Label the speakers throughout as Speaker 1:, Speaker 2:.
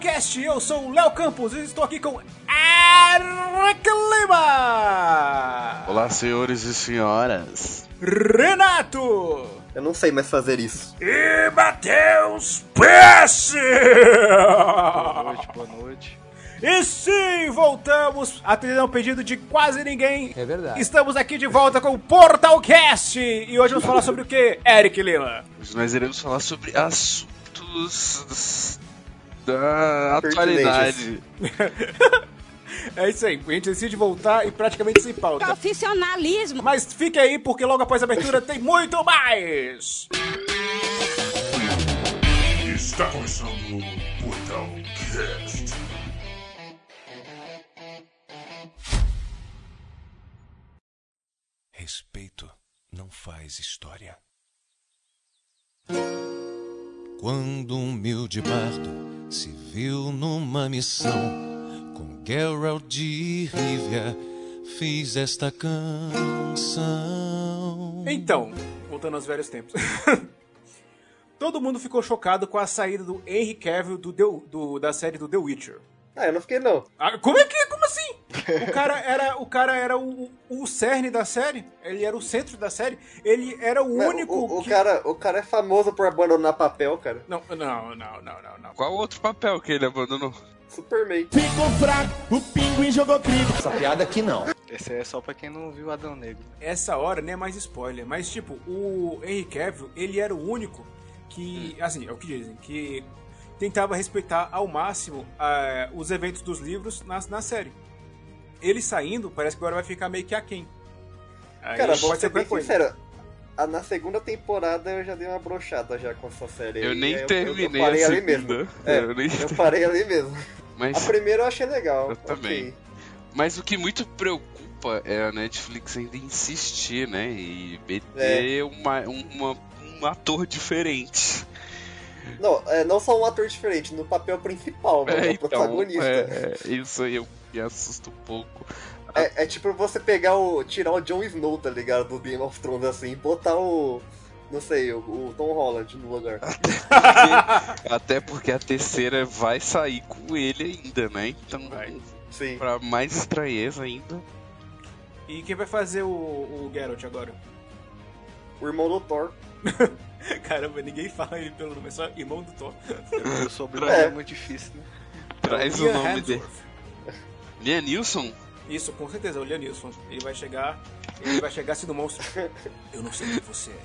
Speaker 1: Cast. Eu sou o Léo Campos e estou aqui com Eric Lima,
Speaker 2: Olá, senhores e senhoras.
Speaker 1: Renato
Speaker 3: Eu não sei mais fazer isso.
Speaker 1: e Matheus Pesce.
Speaker 4: Boa noite, boa noite.
Speaker 1: E sim, voltamos atendendo ao pedido de quase ninguém.
Speaker 5: É verdade.
Speaker 1: Estamos aqui de volta com o Portalcast. E hoje vamos falar sobre o que, Eric Lima?
Speaker 2: Hoje nós iremos falar sobre assuntos da
Speaker 3: Pertinentes.
Speaker 2: atualidade.
Speaker 1: É isso aí, a gente decide voltar e praticamente sem pauta.
Speaker 6: Profissionalismo.
Speaker 1: Mas fique aí, porque logo após a abertura tem muito mais!
Speaker 7: Está começando o Portal Cast.
Speaker 8: Respeito não faz história. Quando um humilde bardo se viu numa missão com Geralt de Rivia, fiz esta canção.
Speaker 1: Então, voltando aos velhos tempos. Todo mundo ficou chocado com a saída do Henry Cavill do The- do- da série do The Witcher.
Speaker 3: Ah, eu não fiquei não.
Speaker 1: Ah, como é que? Como assim? O cara era o, cara era o, o- o cerne da série, ele era o centro da série, ele era o
Speaker 3: Mas
Speaker 1: único
Speaker 3: o, o
Speaker 1: que...
Speaker 3: cara, o cara é famoso por abandonar papel, cara.
Speaker 1: Não, não, não, não, não, não.
Speaker 2: Qual outro papel que ele abandonou?
Speaker 3: Superman.
Speaker 5: Essa piada aqui não.
Speaker 4: Esse aí é só pra quem não viu Adão Negro.
Speaker 1: essa hora nem é mais spoiler, mas tipo, o Henry Cavill, ele era o único que, assim, é o que dizem, que tentava respeitar ao máximo ah, os eventos dos livros na, na série. Ele saindo, parece que agora vai ficar meio que aquém. Aí
Speaker 3: Cara, vou ser bem
Speaker 1: qualquer coisa.
Speaker 3: sincero. a- Na segunda temporada eu já dei uma brochada já com essa série.
Speaker 2: Eu
Speaker 3: E
Speaker 2: nem
Speaker 3: aí
Speaker 2: terminei
Speaker 3: é um Eu, eu parei
Speaker 2: a
Speaker 3: ali
Speaker 2: segunda.
Speaker 3: mesmo. É,
Speaker 2: Eu
Speaker 3: eu,
Speaker 2: nem-
Speaker 3: parei ali mesmo.
Speaker 2: Mas,
Speaker 3: A primeira eu achei legal.
Speaker 2: Eu também.
Speaker 3: ok.
Speaker 2: mas o que muito preocupa é a Netflix ainda insistir, né?
Speaker 3: É.
Speaker 2: E meter uma, uma- um ator diferente.
Speaker 3: Não, é, não só um ator diferente, no papel principal, mas
Speaker 2: É,
Speaker 3: é,
Speaker 2: então,
Speaker 3: protagonista.
Speaker 2: é, é, isso aí eu me assusta um pouco.
Speaker 3: É, é tipo você pegar o. tirar o Jon Snow, tá ligado? Do Game of Thrones assim, e botar o. Não sei, o, o Tom Holland no lugar.
Speaker 2: Até porque a terceira vai sair com ele ainda, né? Então,
Speaker 1: Vai.
Speaker 3: Sim.
Speaker 2: pra mais estranheza ainda,
Speaker 1: E quem vai fazer o, o Geralt agora?
Speaker 3: O irmão do Thor.
Speaker 1: Caramba, ninguém fala ele pelo nome, é só irmão do Thor.
Speaker 4: O sobrenome
Speaker 3: É.
Speaker 4: é muito difícil, né?
Speaker 2: traz o
Speaker 1: Ian
Speaker 2: nome dele.
Speaker 1: Hemsworth.
Speaker 2: Liam Nilson?
Speaker 1: Isso, com certeza, o Leonilson. Ele vai chegar. Ele vai chegar sendo um monstro. Eu não sei quem você é,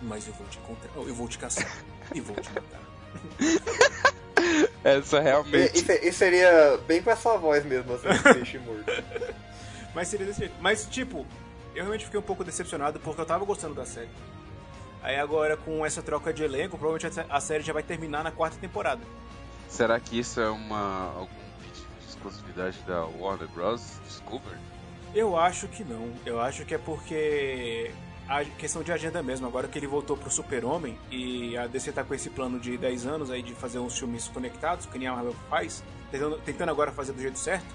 Speaker 1: mas eu vou te encontrar. Eu vou te caçar. E vou te matar.
Speaker 2: Essa
Speaker 3: E,
Speaker 2: realmente.
Speaker 3: e se- e seria bem com essa voz mesmo, assim, de peixe morto.
Speaker 1: Mas seria desse jeito. Mas, tipo, eu realmente fiquei um pouco decepcionado porque eu tava gostando da série. Aí agora, com essa troca de elenco, provavelmente a série já vai terminar na quarta temporada.
Speaker 2: Será que isso é uma. algum pedido de exclusividade da Warner Bros. Discovery?
Speaker 1: Eu acho que não. Eu acho que é porque. A questão de agenda mesmo, agora que ele voltou pro Super-Homem e a DC tá com esse plano de 10 anos aí de fazer uns filmes conectados, que nem a Marvel faz, tentando, tentando agora fazer do jeito certo,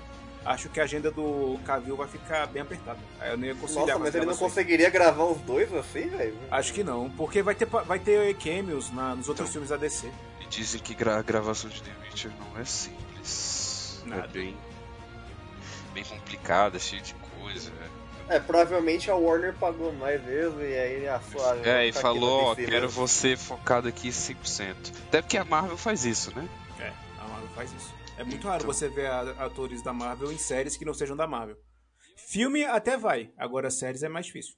Speaker 1: acho que a agenda do Cavill vai ficar bem apertada. Aí eu nem ia conciliar
Speaker 3: Nossa,
Speaker 1: com
Speaker 3: mas ele
Speaker 1: aquela
Speaker 3: não
Speaker 1: série.
Speaker 3: conseguiria gravar os dois assim, velho?
Speaker 1: Acho que não, porque vai ter, pa- vai ter cameos na, nos outros
Speaker 3: Então.
Speaker 1: filmes da DC.
Speaker 2: E dizem que gra- a gravação de The Witcher não é simples.
Speaker 1: Nada.
Speaker 2: É bem. bem complicada, cheio de coisa. né?
Speaker 3: É, provavelmente a Warner pagou mais mesmo e aí a sua.
Speaker 2: É, e
Speaker 3: tá aqui
Speaker 2: falou,
Speaker 3: na
Speaker 2: ó,
Speaker 3: DC,
Speaker 2: quero
Speaker 3: né?
Speaker 2: você focado aqui 100%. Até porque a Marvel faz isso, né?
Speaker 1: É, a Marvel faz isso. É muito raro
Speaker 3: Então.
Speaker 1: você ver a- atores da Marvel em séries que não sejam da Marvel. Filme até vai, agora séries é mais difícil.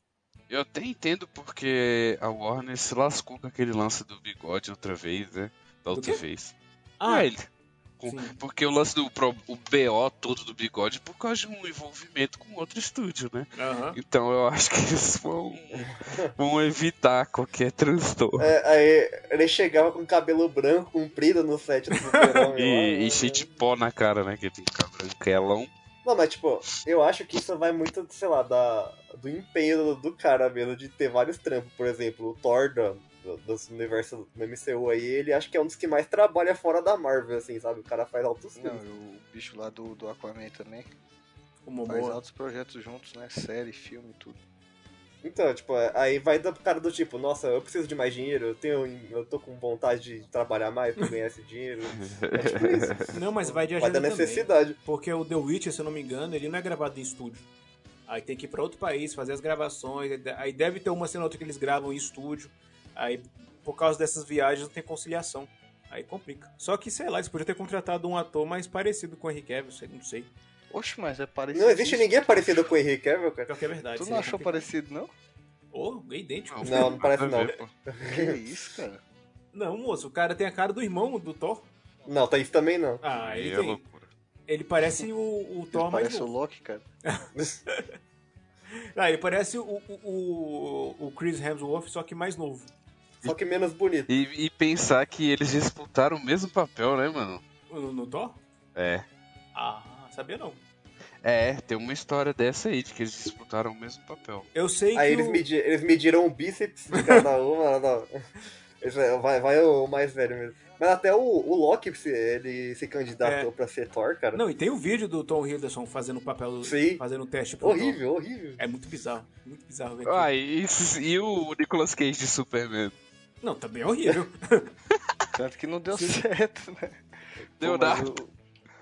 Speaker 2: Eu até entendo porque a Warner se lascou com aquele lance do bigode outra vez, né? Da outra
Speaker 1: quê?
Speaker 2: vez.
Speaker 1: Ah,
Speaker 2: é, ele. Com-
Speaker 1: Sim.
Speaker 2: Porque o lance do pro- o BO todo do bigode é por causa de um envolvimento com outro estúdio, né?
Speaker 1: Aham.
Speaker 2: Então eu acho que eles vão, vão um evitar qualquer transtorno.
Speaker 3: É, aí ele chegava com cabelo branco, comprido no set do né? Superman.
Speaker 2: E, e cheio de pó na cara, né? Que ele tem que ficar branquelão.
Speaker 3: Não, mas tipo, eu acho que isso vai muito, sei lá, da, do empenho do, do cara mesmo, de ter vários trampos. Por exemplo, o Thor da- do, do universo do MCU aí, ele acho que é um dos que mais trabalha fora da Marvel, assim, sabe? O cara faz altos
Speaker 4: Não,
Speaker 3: filmes.
Speaker 4: e o bicho lá do, do Aquaman também.
Speaker 1: O
Speaker 4: Faz
Speaker 1: Momoa.
Speaker 4: altos projetos juntos, né? Série, filme e tudo.
Speaker 3: Então, tipo, aí vai do cara do tipo, nossa, eu preciso de mais dinheiro, eu tenho. Eu tô com vontade de trabalhar mais pra ganhar esse dinheiro. É tipo isso.
Speaker 1: Não, mas vai de
Speaker 3: Vai
Speaker 1: agenda
Speaker 3: da
Speaker 1: também.
Speaker 3: necessidade.
Speaker 1: Porque o The Witcher, se eu não me engano, ele não é gravado em estúdio. Aí tem que ir pra outro país, fazer as gravações. aí de- Aí deve ter uma cena ou outra que eles gravam em estúdio. Aí, por causa dessas viagens, não tem conciliação. Aí complica. Só que, sei lá, eles podiam ter contratado um ator mais parecido com o Henry Cavill, sei- não sei.
Speaker 4: Oxe, mas é parecido.
Speaker 3: Não existe ninguém parecido com o Henrique, é, meu cara?
Speaker 1: Pior que é verdade.
Speaker 4: Tu não
Speaker 1: seria
Speaker 4: achou
Speaker 1: complicado.
Speaker 4: parecido, não?
Speaker 1: Ô, é idêntico.
Speaker 3: Não, não parece
Speaker 2: nada a
Speaker 3: não.
Speaker 2: ver, pô.
Speaker 4: Que isso, cara?
Speaker 1: Não, moço, o cara tem a cara do irmão do Thor.
Speaker 3: Não, tá isso também não.
Speaker 1: Ah,
Speaker 2: Aí
Speaker 1: ele
Speaker 2: é
Speaker 1: tem.
Speaker 2: loucura.
Speaker 1: Ele parece o, o
Speaker 4: Ele
Speaker 1: Thor mais
Speaker 4: parece o
Speaker 1: novo.
Speaker 4: Loki, cara.
Speaker 1: Ah, ele parece o, o, o- o Chris Hemsworth, só que mais novo.
Speaker 3: Só que menos bonito.
Speaker 2: E, e pensar que eles disputaram o mesmo papel, né, mano?
Speaker 1: No, no Thor?
Speaker 2: É.
Speaker 1: Ah, sabia não.
Speaker 2: É, tem uma história dessa aí, de que eles disputaram o mesmo papel.
Speaker 1: Eu sei
Speaker 3: Aí
Speaker 1: que
Speaker 3: eles,
Speaker 1: o-
Speaker 3: medi- eles mediram o bíceps de cada uma. não. Eles- é, Vai, vai o mais velho mesmo. Mas até o, o Loki, se- ele se candidatou pra ser Thor, cara.
Speaker 1: É. Não, e tem o vídeo do Tom Hiddleston fazendo o papel,
Speaker 3: Sim.
Speaker 1: fazendo o teste pro
Speaker 3: horrível, horrível.
Speaker 1: Thor. É muito bizarro, muito bizarro. ver
Speaker 2: Ah,
Speaker 1: aquilo.
Speaker 2: e, e o Nicolas Cage de Superman?
Speaker 1: Não, também é horrível.
Speaker 4: Tanto que não deu certo, né?
Speaker 2: Deu
Speaker 4: Pô, mas
Speaker 2: nada.
Speaker 4: o-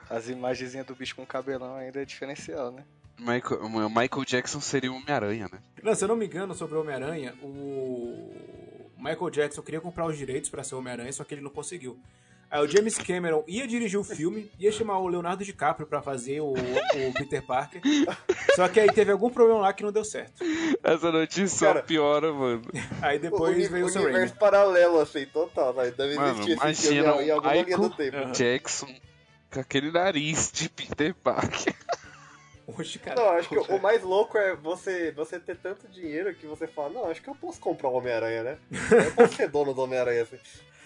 Speaker 4: As imagenzinhas do bicho com cabelão ainda é diferencial, né?
Speaker 2: Michael, o Michael Jackson seria o Homem-Aranha, né?
Speaker 1: Não, se eu não me engano, sobre o Homem-Aranha, o Michael Jackson queria comprar os direitos pra ser o Homem-Aranha, só que ele não conseguiu. Aí o James Cameron ia dirigir o filme, ia chamar o Leonardo DiCaprio pra fazer o, o Peter Parker. Só que aí teve algum problema lá que não deu certo.
Speaker 2: Essa notícia
Speaker 3: Cara,
Speaker 2: só piora, mano.
Speaker 1: Aí depois
Speaker 3: o,
Speaker 1: veio o
Speaker 3: o
Speaker 1: Sam Raimi.
Speaker 3: universo paralelo, assim, total. Né? Deve
Speaker 2: Mano,
Speaker 3: existir esse
Speaker 2: imagina
Speaker 3: filme em
Speaker 2: o
Speaker 3: alguma linha do
Speaker 2: Michael
Speaker 3: tempo.
Speaker 1: Aham.
Speaker 2: Jackson com aquele nariz de Peter Parker.
Speaker 1: Oxe,
Speaker 3: Não,
Speaker 1: cara.
Speaker 3: acho que o mais louco é você, você ter tanto dinheiro que você fala, não, acho que eu posso comprar o Homem-Aranha, né? Eu posso ser dono do Homem-Aranha, assim.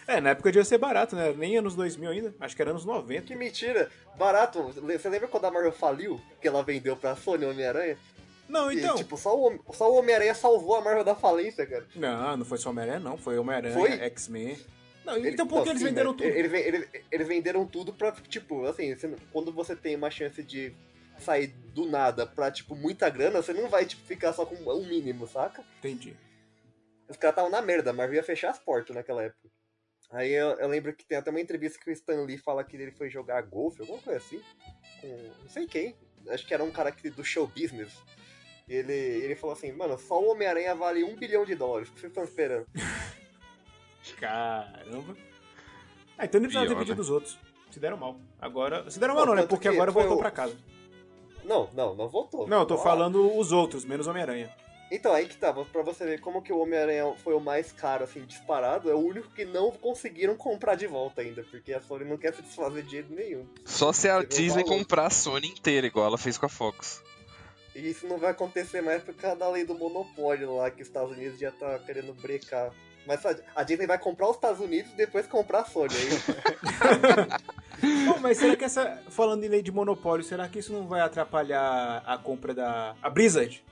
Speaker 1: É, na época devia ser barato, né? Nem anos 2000 ainda, acho que era anos 90.
Speaker 3: Que mentira! Barato, você lembra quando a Marvel faliu? Que ela vendeu pra Sony o Homem-Aranha?
Speaker 1: Não,
Speaker 3: E,
Speaker 1: então.
Speaker 3: tipo, só o, Hom- só o Homem-Aranha salvou a Marvel da falência, cara.
Speaker 1: Não, não foi só Homem-Aranha, não. Foi
Speaker 3: Foi?
Speaker 1: Homem-Aranha, X-Men. Não,
Speaker 3: Ele-
Speaker 1: então por que
Speaker 3: não,
Speaker 1: eles
Speaker 3: sim,
Speaker 1: venderam
Speaker 3: né?
Speaker 1: tudo?
Speaker 3: Ele- ele- ele- Eles venderam tudo pra, tipo, assim, você não- quando você tem uma chance de sair do nada pra, tipo, muita grana, você não vai, tipo, ficar só com um mínimo, saca?
Speaker 1: Entendi.
Speaker 3: Os caras estavam na merda, a Marvel ia fechar as portas naquela época. Aí eu, eu lembro que tem até uma entrevista que o Stan Lee fala que ele foi jogar golfe, alguma coisa assim, com não sei quem. Acho que era um cara que, do show business. E ele, ele falou assim, mano, só o Homem-Aranha vale um bilhão de dólares, o que vocês estão esperando?
Speaker 1: Caramba. Ah, então nem precisava ter
Speaker 2: Pior,
Speaker 1: pedido
Speaker 2: né?
Speaker 1: os outros. Se deram mal. Agora. Se deram
Speaker 3: Não,
Speaker 1: mal, não, né?
Speaker 3: tanto
Speaker 1: Porque
Speaker 3: que
Speaker 1: agora
Speaker 3: foi
Speaker 1: voltou
Speaker 3: o-
Speaker 1: pra casa.
Speaker 3: Não, não, não voltou.
Speaker 1: Não, eu tô
Speaker 3: Ó,
Speaker 1: falando os outros, menos Homem-Aranha.
Speaker 3: Então, aí que tá, pra você ver como que o Homem-Aranha foi o mais caro, assim, disparado, é o único que não conseguiram comprar de volta ainda, porque a Sony não quer se desfazer de dinheiro nenhum.
Speaker 2: Só se a
Speaker 1: é
Speaker 3: Você vê o
Speaker 2: Disney
Speaker 3: valor.
Speaker 2: comprar a Sony inteira, igual ela fez com a Fox.
Speaker 3: E isso não vai acontecer mais por causa da lei do monopólio lá, que os Estados Unidos já tá querendo brecar. Mas a- a Disney vai comprar os Estados Unidos e depois comprar a Sony. Aí,
Speaker 1: Bom, mas será que essa. Falando em lei de monopólio, será que isso não vai atrapalhar a compra da. A Blizzard?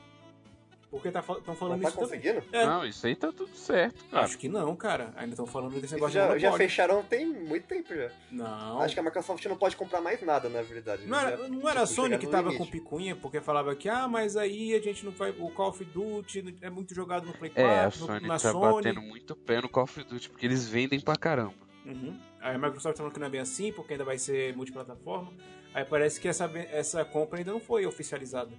Speaker 1: Porque estão
Speaker 3: não
Speaker 1: falando
Speaker 3: tá
Speaker 1: isso também.
Speaker 3: conseguindo?
Speaker 1: É.
Speaker 2: Não, isso aí tá tudo certo, cara.
Speaker 1: Acho que não, cara. Ainda estão falando desse
Speaker 3: Isso
Speaker 1: negócio de
Speaker 3: já, já
Speaker 1: monopólio.
Speaker 3: fecharam tem muito tempo já.
Speaker 1: Não.
Speaker 3: Acho que a Microsoft não pode comprar mais nada, na verdade.
Speaker 1: Não
Speaker 3: Eles
Speaker 1: era,
Speaker 3: já,
Speaker 1: não era a Sony
Speaker 3: tipo, chegaram
Speaker 1: que
Speaker 3: no
Speaker 1: tava
Speaker 3: limite.
Speaker 1: com picuinha, porque falava que, ah, mas aí a gente não vai. O Call of Duty é muito jogado no Play 4,
Speaker 2: É, a
Speaker 1: no-
Speaker 2: Sony
Speaker 1: na
Speaker 2: tá
Speaker 1: Sony.
Speaker 2: batendo muito pé no Call of Duty, porque eles vendem pra caramba.
Speaker 1: Uhum. Aí a Microsoft falando que não é bem assim, porque ainda vai ser multiplataforma. Aí parece que essa, ve- essa compra ainda não foi oficializada.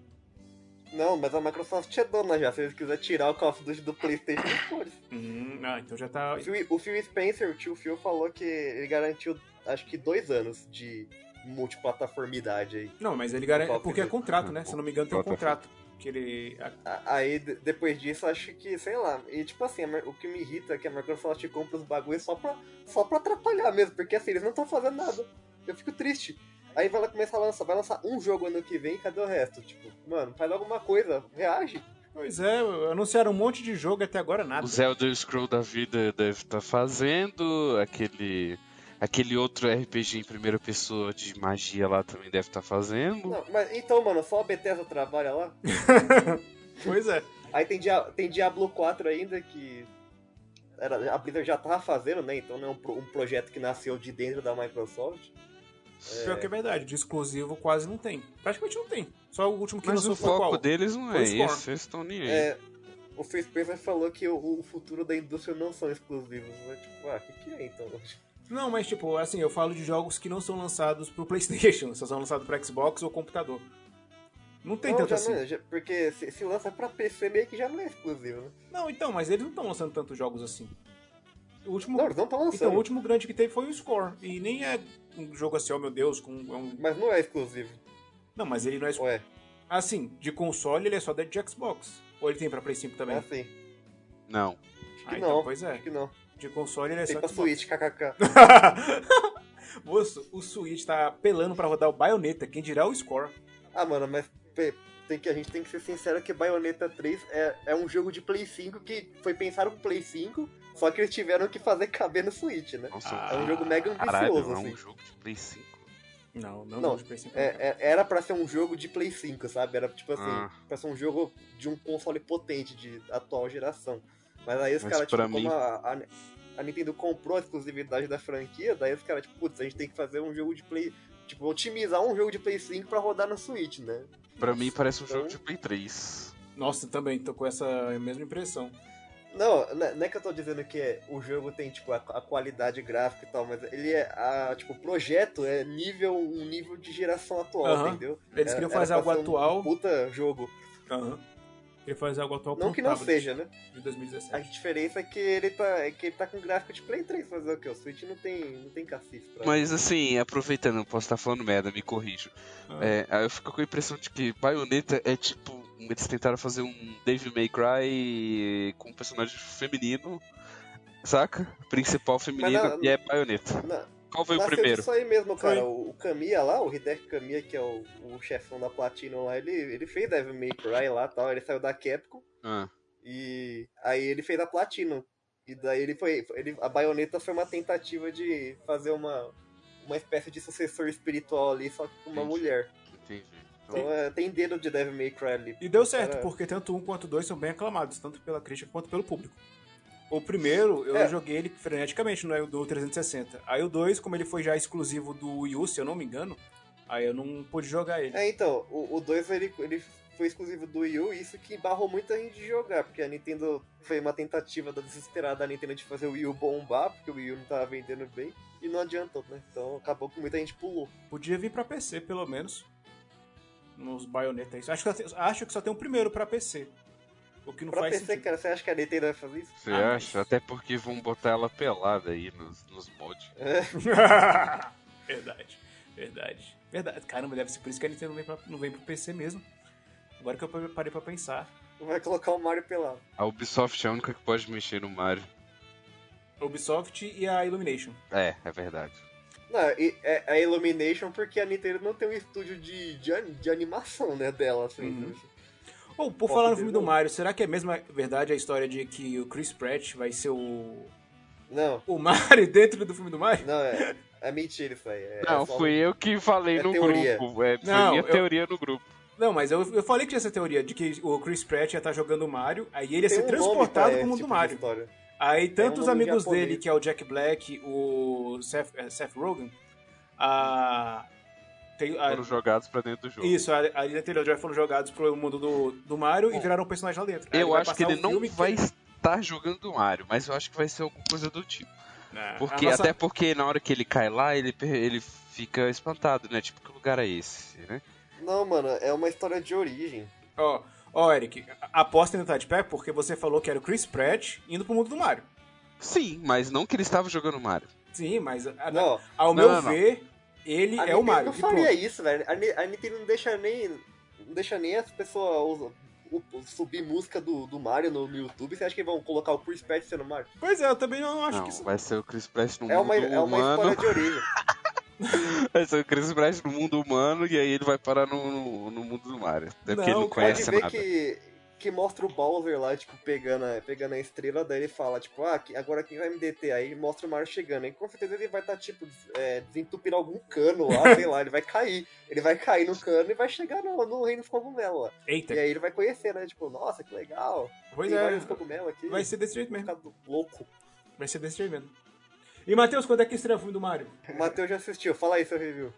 Speaker 3: Não, mas a Microsoft é dona já. Se eles quiserem tirar o Call of Duty do PlayStation, pode. Uhum.
Speaker 1: Hum, ah, então já tá.
Speaker 3: O Phil- O Phil Spencer, o tio Phil, falou que ele garantiu, acho que dois anos de multiplataformidade aí.
Speaker 1: Não, mas ele garante.
Speaker 3: Call of
Speaker 1: Porque é
Speaker 3: Duty.
Speaker 1: contrato, né? Se eu não me engano, tem um
Speaker 2: Plataforma.
Speaker 1: contrato. Que ele. ah, a-
Speaker 3: A- Aí, de- depois disso, acho que, sei lá. E, tipo assim, a Mar- o que me irrita é que a Microsoft compra os bagulhos só pra, só pra atrapalhar mesmo. Porque, assim, eles não estão fazendo nada. Eu fico triste. Aí vai lá começar a lançar, vai lançar um jogo ano que vem, cadê o resto? Tipo, mano, faz alguma coisa, reage.
Speaker 1: Pois é, anunciaram um monte de jogo e até agora nada.
Speaker 2: O Zelda Scroll da vida deve estar fazendo, aquele aquele outro RPG em primeira pessoa de magia lá também deve estar fazendo.
Speaker 3: Não, mas então, mano, só a Bethesda trabalha lá.
Speaker 1: Pois é.
Speaker 3: Aí tem, Dia- tem Diablo 4 ainda que era, a Blizzard já tava fazendo, né? Então não é um, pro- um projeto que nasceu de dentro da Microsoft.
Speaker 1: Pior que é verdade, de exclusivo quase não tem. Praticamente não tem. Só o último que
Speaker 2: Mas
Speaker 1: lançou
Speaker 2: o
Speaker 1: foi qual?
Speaker 2: foco deles não
Speaker 1: Foi
Speaker 2: é
Speaker 1: Scorn.
Speaker 2: esse, eles estão nem aí.
Speaker 3: É, o Phil Spencer falou que o, o futuro da indústria não são exclusivos. Né? Tipo, ah, o que, que é então?
Speaker 1: Não, mas tipo, assim, eu falo de jogos que não são lançados pro PlayStation, só são lançados pro Xbox ou computador. Não tem
Speaker 3: Não,
Speaker 1: tanto
Speaker 3: já
Speaker 1: assim.
Speaker 3: não é, já- porque se, se lança pra PC meio que já não é exclusivo, né?
Speaker 1: Não, então, mas eles não estão lançando tantos jogos assim. O último,
Speaker 3: Não, eles não estão lançando.
Speaker 1: então, o último grande que teve foi o Score. E nem é um jogo assim, oh meu Deus, com. é um-
Speaker 3: Mas não é exclusivo.
Speaker 1: Não, mas ele não é. exclu-
Speaker 3: Ué,
Speaker 1: Assim, de console ele é só da de Xbox. Ou ele tem pra Play 5
Speaker 3: é
Speaker 1: também?
Speaker 3: assim.
Speaker 2: Não.
Speaker 3: Acho
Speaker 1: Ah,
Speaker 3: que
Speaker 1: então,
Speaker 3: não.
Speaker 1: pois Então, é.
Speaker 3: Acho que não.
Speaker 1: De console ele é
Speaker 3: Tem
Speaker 1: só
Speaker 3: pra
Speaker 1: Xbox.
Speaker 3: Switch, kkk.
Speaker 1: Moço, o Switch tá apelando pra rodar o Bayonetta, quem dirá o Score.
Speaker 3: ah, mano, mas pe- tem que, a gente tem que ser sincero que Bayonetta 3 é, é um jogo de Play 5 que foi pensado pro Play 5, só que eles tiveram que fazer caber no Switch, né?
Speaker 2: Nossa,
Speaker 1: Ah,
Speaker 3: É um jogo mega
Speaker 2: caralho,
Speaker 3: ambicioso,
Speaker 2: é
Speaker 3: assim.
Speaker 2: um jogo de Play 5.
Speaker 1: Não, não,
Speaker 3: Não,
Speaker 1: não. Play 5 não.
Speaker 3: É, é- era pra ser um jogo de Play 5, sabe? Era tipo assim,
Speaker 2: Ah.
Speaker 3: pra ser um jogo de um console potente de atual geração. Mas aí os
Speaker 2: Mas
Speaker 3: caras, tipo,
Speaker 2: pra mim-
Speaker 3: como a, a- a Nintendo comprou a exclusividade da franquia, daí os caras, tipo, putz, a gente tem que fazer um jogo de Play. Tipo, otimizar um jogo de Play 5 pra rodar na Switch, né?
Speaker 2: Pra mim parece um
Speaker 3: Então-
Speaker 2: jogo de Play 3.
Speaker 1: Nossa, também tô com essa mesma impressão.
Speaker 3: Não, não é- não é que eu tô dizendo que o jogo tem, tipo, a, a qualidade gráfica e tal, mas ele é. A, tipo, o projeto é nível, um nível de geração atual,
Speaker 1: Aham.
Speaker 3: entendeu?
Speaker 1: Eles
Speaker 3: Era-
Speaker 1: queriam
Speaker 3: era
Speaker 1: fazer
Speaker 3: pra
Speaker 1: algo
Speaker 3: ser um
Speaker 1: atual.
Speaker 3: Puta jogo.
Speaker 1: Aham. Queriam fazer algo atual
Speaker 3: Não
Speaker 1: pro
Speaker 3: que não
Speaker 1: tablet
Speaker 3: seja, né?
Speaker 1: De
Speaker 3: A
Speaker 1: 2017.
Speaker 3: diferença é que ele tá, é que ele tá com gráfico de Play 3, fazer o quê? O Switch não tem, não tem cacife pra
Speaker 2: Mas assim, aproveitando, eu posso estar falando merda, me corrijo.
Speaker 1: Ah.
Speaker 2: É, aí eu fico com a impressão de que Bayonetta é tipo. um- Eles tentaram fazer um Dave May Cry com um personagem feminino, saca? Principal feminino,
Speaker 3: na-
Speaker 2: e é Bayonetta.
Speaker 3: Na,
Speaker 2: Qual foi o
Speaker 3: nasceu
Speaker 2: primeiro?
Speaker 3: disso aí mesmo,
Speaker 1: Foi.
Speaker 3: cara. O, o Kamiya lá, o Hideki Kamiya, que é o, o chefão da Platinum lá, ele, ele fez Devil May Cry lá e tal. Ele saiu da Capcom
Speaker 2: Ah,
Speaker 3: e aí ele fez a Platinum. E daí ele foi... Ele, a Bayonetta foi uma tentativa de fazer uma... Uma espécie de sucessor espiritual ali, só que com uma
Speaker 2: Entendi.
Speaker 3: mulher.
Speaker 2: entendi. Então,
Speaker 3: Então é, tem dedo de Devil May Cry ali.
Speaker 1: E deu certo,
Speaker 3: Era-
Speaker 1: porque tanto um quanto dois são bem aclamados, tanto pela crítica quanto pelo público. O primeiro, eu
Speaker 3: É.
Speaker 1: joguei ele freneticamente no do 360. Aí o 2, como ele foi já exclusivo do Wii U, se eu não me engano, aí eu não pude jogar ele.
Speaker 3: É, então, o 2 ele, ele foi exclusivo do Wii U, isso que barrou muita gente de jogar, porque a Nintendo foi uma tentativa da desesperada da Nintendo de fazer o Wii U bombar, porque o Wii U não tava vendendo bem, e não adiantou, né? Então acabou que muita gente pulou.
Speaker 1: Podia vir pra PC, pelo menos. Nos Bayonetta. isso. Acho que, só tem- acho que só tem o primeiro pra PC. O que não
Speaker 3: pra
Speaker 1: faz
Speaker 3: PC,
Speaker 1: sentido.
Speaker 3: cara, você acha que a Nintendo vai fazer isso?
Speaker 2: você
Speaker 1: Ah,
Speaker 2: acha? Até porque vão botar ela pelada aí nos, nos mods.
Speaker 3: É.
Speaker 1: verdade, verdade. Verdade. Caramba, deve ser por isso que a Nintendo não vem, pra, não vem pro PC mesmo. Agora que eu parei pra pensar.
Speaker 3: Vai colocar o Mario pelado.
Speaker 2: A Ubisoft é a única que pode mexer no Mario.
Speaker 1: A Ubisoft e a Illumination.
Speaker 2: É, é verdade.
Speaker 3: Não, e- é a Illumination porque a Nintendo não tem um estúdio de, de, an- de animação, né, dela, assim.
Speaker 1: Uhum.
Speaker 3: né?
Speaker 1: Ou, por
Speaker 3: Posso
Speaker 1: falar no
Speaker 3: dizer
Speaker 1: filme do
Speaker 3: não?
Speaker 1: Mario, será que é mesmo a- verdade a história de que o Chris Pratt vai ser o,
Speaker 3: Não,
Speaker 1: o Mario dentro do filme do Mario?
Speaker 3: não, é, é mentira isso aí. é-
Speaker 2: Não,
Speaker 3: é só-
Speaker 2: fui eu que falei
Speaker 3: é
Speaker 2: no
Speaker 3: teoria.
Speaker 2: grupo. É, foi
Speaker 1: Não,
Speaker 2: minha
Speaker 1: eu-
Speaker 2: teoria no grupo.
Speaker 1: Não, mas eu, eu falei que tinha essa teoria de que o Chris Pratt ia estar jogando o Mario, aí ele ia
Speaker 3: tem
Speaker 1: ser
Speaker 3: um nome pra
Speaker 1: transportado
Speaker 3: esse
Speaker 1: pro mundo do
Speaker 3: tipo de
Speaker 1: Mario.
Speaker 3: história.
Speaker 1: Aí tanto
Speaker 3: um
Speaker 1: os
Speaker 3: nome
Speaker 1: amigos
Speaker 3: japonês.
Speaker 1: dele, que é o Jack Black, o Seth, eh, Seth Rogen, a. Tem, a
Speaker 2: Foram jogados pra dentro do jogo.
Speaker 1: Ah, isso, a, a Lina Taylor Joy foram jogados pro mundo do, do Mario e
Speaker 3: É.
Speaker 1: viraram um personagem lá dentro. Aí
Speaker 2: Eu
Speaker 1: vai
Speaker 2: acho que
Speaker 1: passar
Speaker 2: ele
Speaker 1: um
Speaker 2: não
Speaker 1: filme que-
Speaker 2: vai estar jogando Mario, mas eu acho que vai ser alguma coisa do tipo.
Speaker 1: Ah, a
Speaker 2: Porque,
Speaker 1: nossa-
Speaker 2: Até porque na hora que ele cai lá, ele, per- ele fica espantado, né? Tipo, que lugar é esse, né?
Speaker 3: Não, mano, é uma história de origem.
Speaker 1: Ó, ó, Eric, a- aposta ainda tá de pé porque você falou que era o Chris Pratt indo pro mundo do Mario.
Speaker 2: Sim, mas não que ele estava jogando Mario.
Speaker 1: Sim, mas a- a-
Speaker 3: Não,
Speaker 1: ao
Speaker 2: Não,
Speaker 1: meu
Speaker 2: não, não.
Speaker 1: ver, ele
Speaker 3: a
Speaker 1: Ah, é o
Speaker 3: Nintendo
Speaker 1: Mario.
Speaker 3: não
Speaker 1: e pronto.
Speaker 3: faria isso, velho. A, Ni- a Nintendo não deixa nem. Não deixa nem as pessoas us- u- subir música do, do Mario no, no YouTube. Você acha que vão colocar o Chris Pratt sendo Mario?
Speaker 1: Pois é, eu também não acho
Speaker 2: não,
Speaker 1: que isso.
Speaker 2: vai ser o Chris Pratt no
Speaker 3: É
Speaker 2: mundo
Speaker 3: uma, é uma
Speaker 2: humano.
Speaker 3: história de origem.
Speaker 2: vai ser o Chris Pratt no mundo humano e aí ele vai parar no, no- no mundo do Mario. Até porque
Speaker 1: Não,
Speaker 2: ele não
Speaker 1: pode
Speaker 3: Pode
Speaker 2: conhece
Speaker 3: ver
Speaker 2: nada.
Speaker 3: que, que mostra o Bowser lá, tipo, pegando a, pegando a estrela, daí ele fala, tipo, ah, que- agora quem vai me deter? Aí mostra o Mario chegando. Aí com certeza ele vai estar, tipo, des- é, desentupindo algum cano lá, sei lá, ele vai cair. Ele vai cair no cano e vai chegar no, no reino dos cogumelos lá.
Speaker 1: Eita,
Speaker 3: E aí ele vai conhecer, né? Tipo, nossa, que legal.
Speaker 1: pois
Speaker 3: Tem
Speaker 1: é.
Speaker 3: vários cogumelos aqui.
Speaker 1: Vai ser desse jeito
Speaker 3: Por
Speaker 1: mesmo.
Speaker 3: causa do louco.
Speaker 1: Vai ser desse jeito mesmo. E Matheus, quando é que estreia o filme do Mario?
Speaker 3: O Matheus já assistiu, fala aí seu review.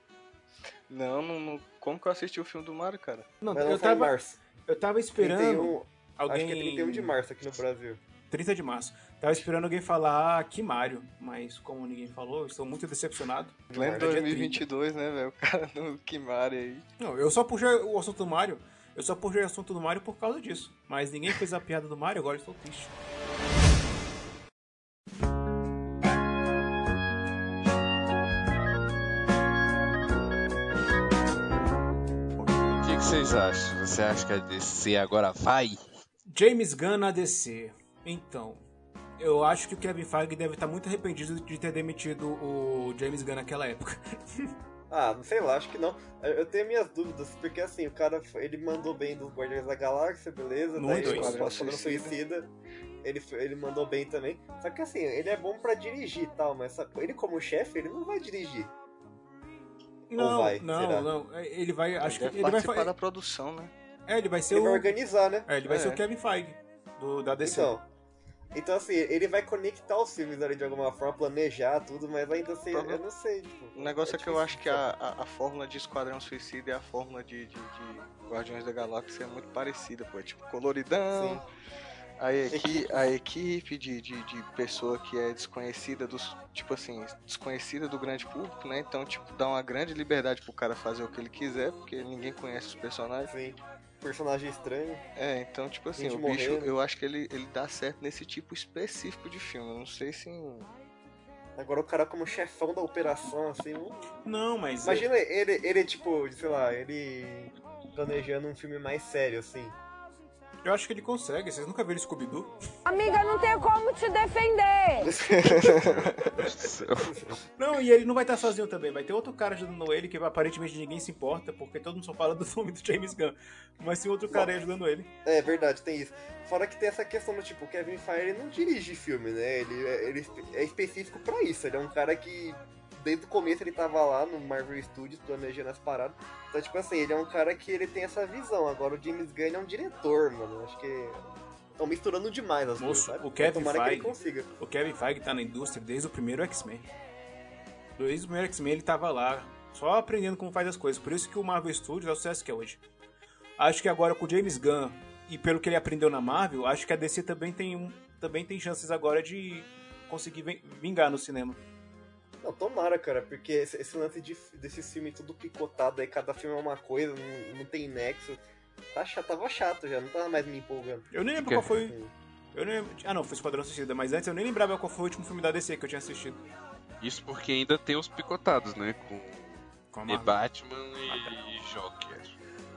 Speaker 4: Não, não, não- como que eu assisti o filme do Mario, cara?
Speaker 1: Não,
Speaker 3: Vai lançar
Speaker 1: eu
Speaker 3: em
Speaker 1: tava,
Speaker 3: março.
Speaker 1: eu tava esperando.
Speaker 3: 31,
Speaker 1: Alguém...
Speaker 3: Acho que é 31 de março aqui no Brasil.
Speaker 1: 30 de março. Tava esperando alguém falar que Mario, mas como ninguém falou, eu estou muito decepcionado.
Speaker 4: Plano
Speaker 1: Dia
Speaker 3: um.
Speaker 4: 2022, né, velho? O cara no Kimari aí.
Speaker 1: Não, eu só puxei o assunto do Mario. Eu só puxei o assunto do Mario por causa disso. Mas ninguém fez a piada do Mario, agora eu estou triste.
Speaker 2: O que, que vocês acham? Você acha que a DC agora vai?
Speaker 1: James Gunn na DC. Então, eu acho que o Kevin Feige deve estar muito arrependido de ter demitido o James Gunn naquela época.
Speaker 3: Ah, sei lá, acho que não. Eu tenho minhas dúvidas, porque assim, o cara, ele mandou bem dos Guardiões da Galáxia, beleza?
Speaker 1: No
Speaker 3: Daí
Speaker 1: dois.
Speaker 3: ele
Speaker 4: Esquadrão
Speaker 3: Esquadrão Suicida. Ele, ele mandou bem também. Só que assim, ele é bom pra dirigir e tal, mas sabe, ele como chefe, ele não vai dirigir.
Speaker 1: Não,
Speaker 3: vai,
Speaker 1: não,
Speaker 3: será?
Speaker 1: não. é, Ele vai, acho que
Speaker 4: Deve
Speaker 1: ele vai,
Speaker 4: participar
Speaker 1: fa-
Speaker 4: da produção, né?
Speaker 1: é, ele vai ser
Speaker 3: ele vai
Speaker 1: o,
Speaker 3: organizar, né?
Speaker 1: é, ele vai
Speaker 4: É.
Speaker 1: ser o Kevin Feige do, da DC.
Speaker 3: Então, então assim, ele vai conectar os filmes ali de alguma forma, planejar tudo, mas ainda assim,
Speaker 4: Prova-
Speaker 3: eu não sei. Tipo,
Speaker 4: O negócio é, que eu
Speaker 3: difícil.
Speaker 4: acho que a, a, a fórmula de Esquadrão Suicida e a fórmula de, de, de Guardiões da Galáxia é muito parecida, pô. É tipo coloridão, Aí aqui, a equipe de, de, de pessoa que é desconhecida dos. Tipo assim, desconhecida do grande público, né? Então, tipo, dá uma grande liberdade pro cara fazer o que ele quiser, porque ninguém conhece os personagens.
Speaker 3: Sim. Personagem estranho.
Speaker 4: É, então, tipo assim,
Speaker 3: Gente né?
Speaker 4: o bicho,
Speaker 3: morrendo.
Speaker 4: eu acho que ele, ele dá certo nesse tipo específico de filme. Eu não sei se. em-
Speaker 3: Agora o cara como chefão da operação, assim. hum.
Speaker 1: Não, mas
Speaker 3: Imagina ele, ele, tipo, sei lá, ele planejando um filme mais sério, assim.
Speaker 1: eu acho que ele consegue. Vocês nunca viram Scooby-Doo?
Speaker 5: Amiga, não tem como te defender.
Speaker 1: Não, e ele não vai estar sozinho também. Vai ter outro cara ajudando ele, que aparentemente ninguém se importa, porque todo mundo só fala do filme do James Gunn. Mas tem outro cara aí ajudando ele.
Speaker 3: É verdade, tem isso. Fora que tem essa questão do tipo, o Kevin Feige ele não dirige filme, né? Ele, é- ele é específico pra isso. Ele é um cara que desde o começo ele tava lá no Marvel Studios planejando as paradas. Então, tipo assim, ele é um cara que ele tem essa visão. Agora o James Gunn é um diretor, mano. Acho que estão misturando demais as coisas,
Speaker 1: Moço,
Speaker 3: sabe?
Speaker 1: o Kevin
Speaker 3: Tomara que ele
Speaker 1: Feige-
Speaker 3: consiga.
Speaker 1: O Kevin Feige tá na indústria desde o primeiro X-Men. Desde o primeiro X-Men ele tava lá, só aprendendo como faz as coisas. Por isso que o Marvel Studios é o sucesso que é hoje. Acho que agora com o James Gunn e pelo que ele aprendeu na Marvel, acho que a DC também tem, um- também tem chances agora de conseguir vin- vingar no cinema.
Speaker 3: Não, tomara, cara, porque esse, esse lance de, desse filme tudo picotado aí, cada filme é uma coisa, não, não tem nexo. Tá chato, tava chato já, não tava mais me empolgando.
Speaker 1: Eu nem lembro
Speaker 2: Que-
Speaker 1: qual foi. Eu nem lembro, ah, não, foi Esquadrão Suicida, mas antes eu nem lembrava qual foi o último filme da DC que eu tinha assistido.
Speaker 2: Isso porque ainda tem os picotados, né? Com
Speaker 1: Com a
Speaker 2: e
Speaker 1: Marvel.
Speaker 2: Batman e Joker.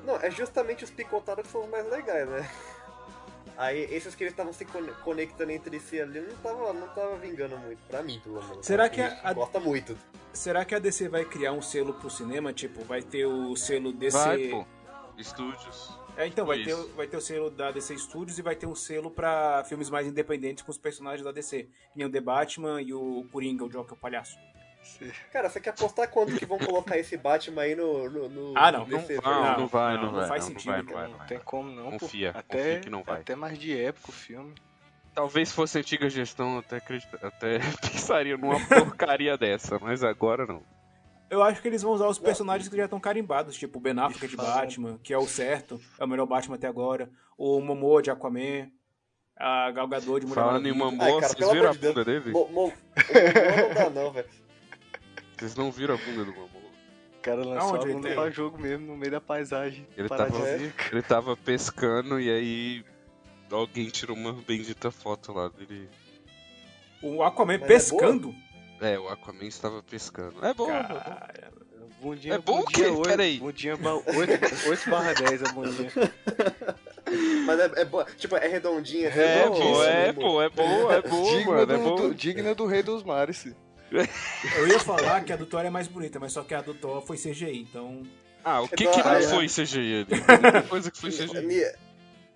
Speaker 3: Não, é justamente os picotados que são os mais legais, né? Aí esses que eles estavam se con- conectando entre si ali não tava, não tava vingando muito, pra mim, pelo menos.
Speaker 1: Será
Speaker 3: Pra
Speaker 1: que
Speaker 3: quem
Speaker 1: a-
Speaker 3: Gosta muito.
Speaker 1: Será que a DC vai criar um selo pro cinema? Tipo, vai ter o selo DC.
Speaker 2: Vai, pô. Estúdios.
Speaker 1: É, então, vai ter,
Speaker 2: Isso.
Speaker 1: o- vai ter o selo da DC Studios e vai ter um selo pra filmes mais independentes com os personagens da DC. Que nem o The Batman e o Coringa, o Joker, o Palhaço.
Speaker 4: se-
Speaker 3: Cara, você quer apostar quando que vão colocar esse Batman aí no... no, no-
Speaker 1: Ah, não,
Speaker 3: no
Speaker 2: Não,
Speaker 3: DC,
Speaker 2: vai,
Speaker 3: né?
Speaker 2: não, vai, não,
Speaker 1: não, não
Speaker 2: vai.
Speaker 1: faz
Speaker 2: não, não
Speaker 1: sentido,
Speaker 2: vai, não
Speaker 1: cara,
Speaker 2: vai,
Speaker 4: não
Speaker 2: não
Speaker 4: tem
Speaker 2: vai.
Speaker 4: como não. pô.
Speaker 2: Confia,
Speaker 4: até,
Speaker 2: confia que não vai.
Speaker 4: Até mais de época o filme.
Speaker 2: Talvez fosse antiga gestão, eu até, acredita- até pensaria numa porcaria dessa, mas agora não.
Speaker 1: Eu acho que eles vão usar os personagens que já estão carimbados, tipo o Ben Affleck de
Speaker 4: fala-
Speaker 1: Batman, que é o certo, é o melhor Batman até agora, o Momoa de Aquaman, a Gal Gadot de Ah, Mulher
Speaker 2: Falando em uma
Speaker 1: Maravilha.
Speaker 3: Ai,
Speaker 2: moça,
Speaker 3: cara,
Speaker 2: vocês
Speaker 3: pelo
Speaker 2: viram
Speaker 3: amor
Speaker 2: a
Speaker 3: de Deus.
Speaker 2: bunda dele?
Speaker 3: Mo- mo- o Momoa não dá não, velho.
Speaker 2: Vocês não viram a bunda do Momo.
Speaker 4: O cara lançou
Speaker 1: Aonde
Speaker 4: a
Speaker 1: ele
Speaker 4: bunda
Speaker 1: tem?
Speaker 4: pra jogo mesmo, no meio da paisagem.
Speaker 2: Ele tá tava-
Speaker 4: paradisíaca.
Speaker 2: Ele tava pescando e aí alguém tirou uma bendita foto lá dele.
Speaker 1: O Aquaman
Speaker 3: Mas é
Speaker 1: pescando?
Speaker 2: É, o Aquaman estava pescando. É bom, é bom.
Speaker 1: Cara,
Speaker 4: Bundinha,
Speaker 2: É bom o quê?
Speaker 4: bundinha oito-
Speaker 2: Peraí.
Speaker 4: Bundinha 8 barra 10 a bundinha.
Speaker 3: Mas é, é boa, tipo, é redondinha. assim,
Speaker 2: É,
Speaker 3: bom,
Speaker 2: pô,
Speaker 3: isso,
Speaker 2: é,
Speaker 3: né,
Speaker 2: pô, é bom, é bom,
Speaker 4: digna,
Speaker 2: mano,
Speaker 4: do,
Speaker 2: é bom.
Speaker 4: do- digna do rei dos mares.
Speaker 1: Eu ia falar que a do Thor é mais bonita, mas só que a do Thor foi CGI, então...
Speaker 2: Ah, o que que
Speaker 3: Não,
Speaker 2: não
Speaker 3: aí-
Speaker 2: foi CGI ali? A única coisa que foi
Speaker 4: é
Speaker 2: CGI.
Speaker 3: é Ni-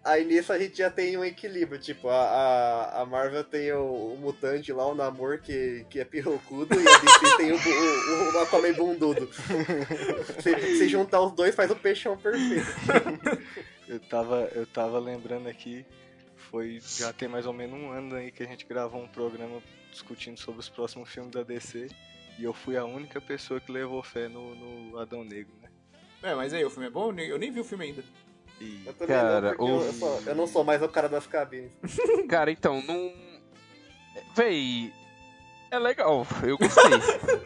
Speaker 3: Aí nisso a gente já tem um equilíbrio, tipo, a, a, a Marvel tem o, o mutante lá, o Namor, que, que é pirrocudo, e a DC tem o, bu- o, o Aquaman bundudo. se, se juntar os dois, faz o peixão perfeito.
Speaker 4: Eu tava, eu tava lembrando aqui, foi já tem mais ou menos um ano aí que a gente gravou um programa discutindo sobre os próximos filmes da DC. E eu fui a única pessoa que levou fé no, no Adão Negro, né?
Speaker 1: É, mas aí, o filme é bom? Eu nem vi o filme ainda.
Speaker 4: E
Speaker 3: Eu também
Speaker 2: Cara,
Speaker 3: não, porque
Speaker 2: o-
Speaker 3: eu, eu sou- eu não sou mais o cara das cabines.
Speaker 2: Cara, então, não. Véi. É legal, eu gostei.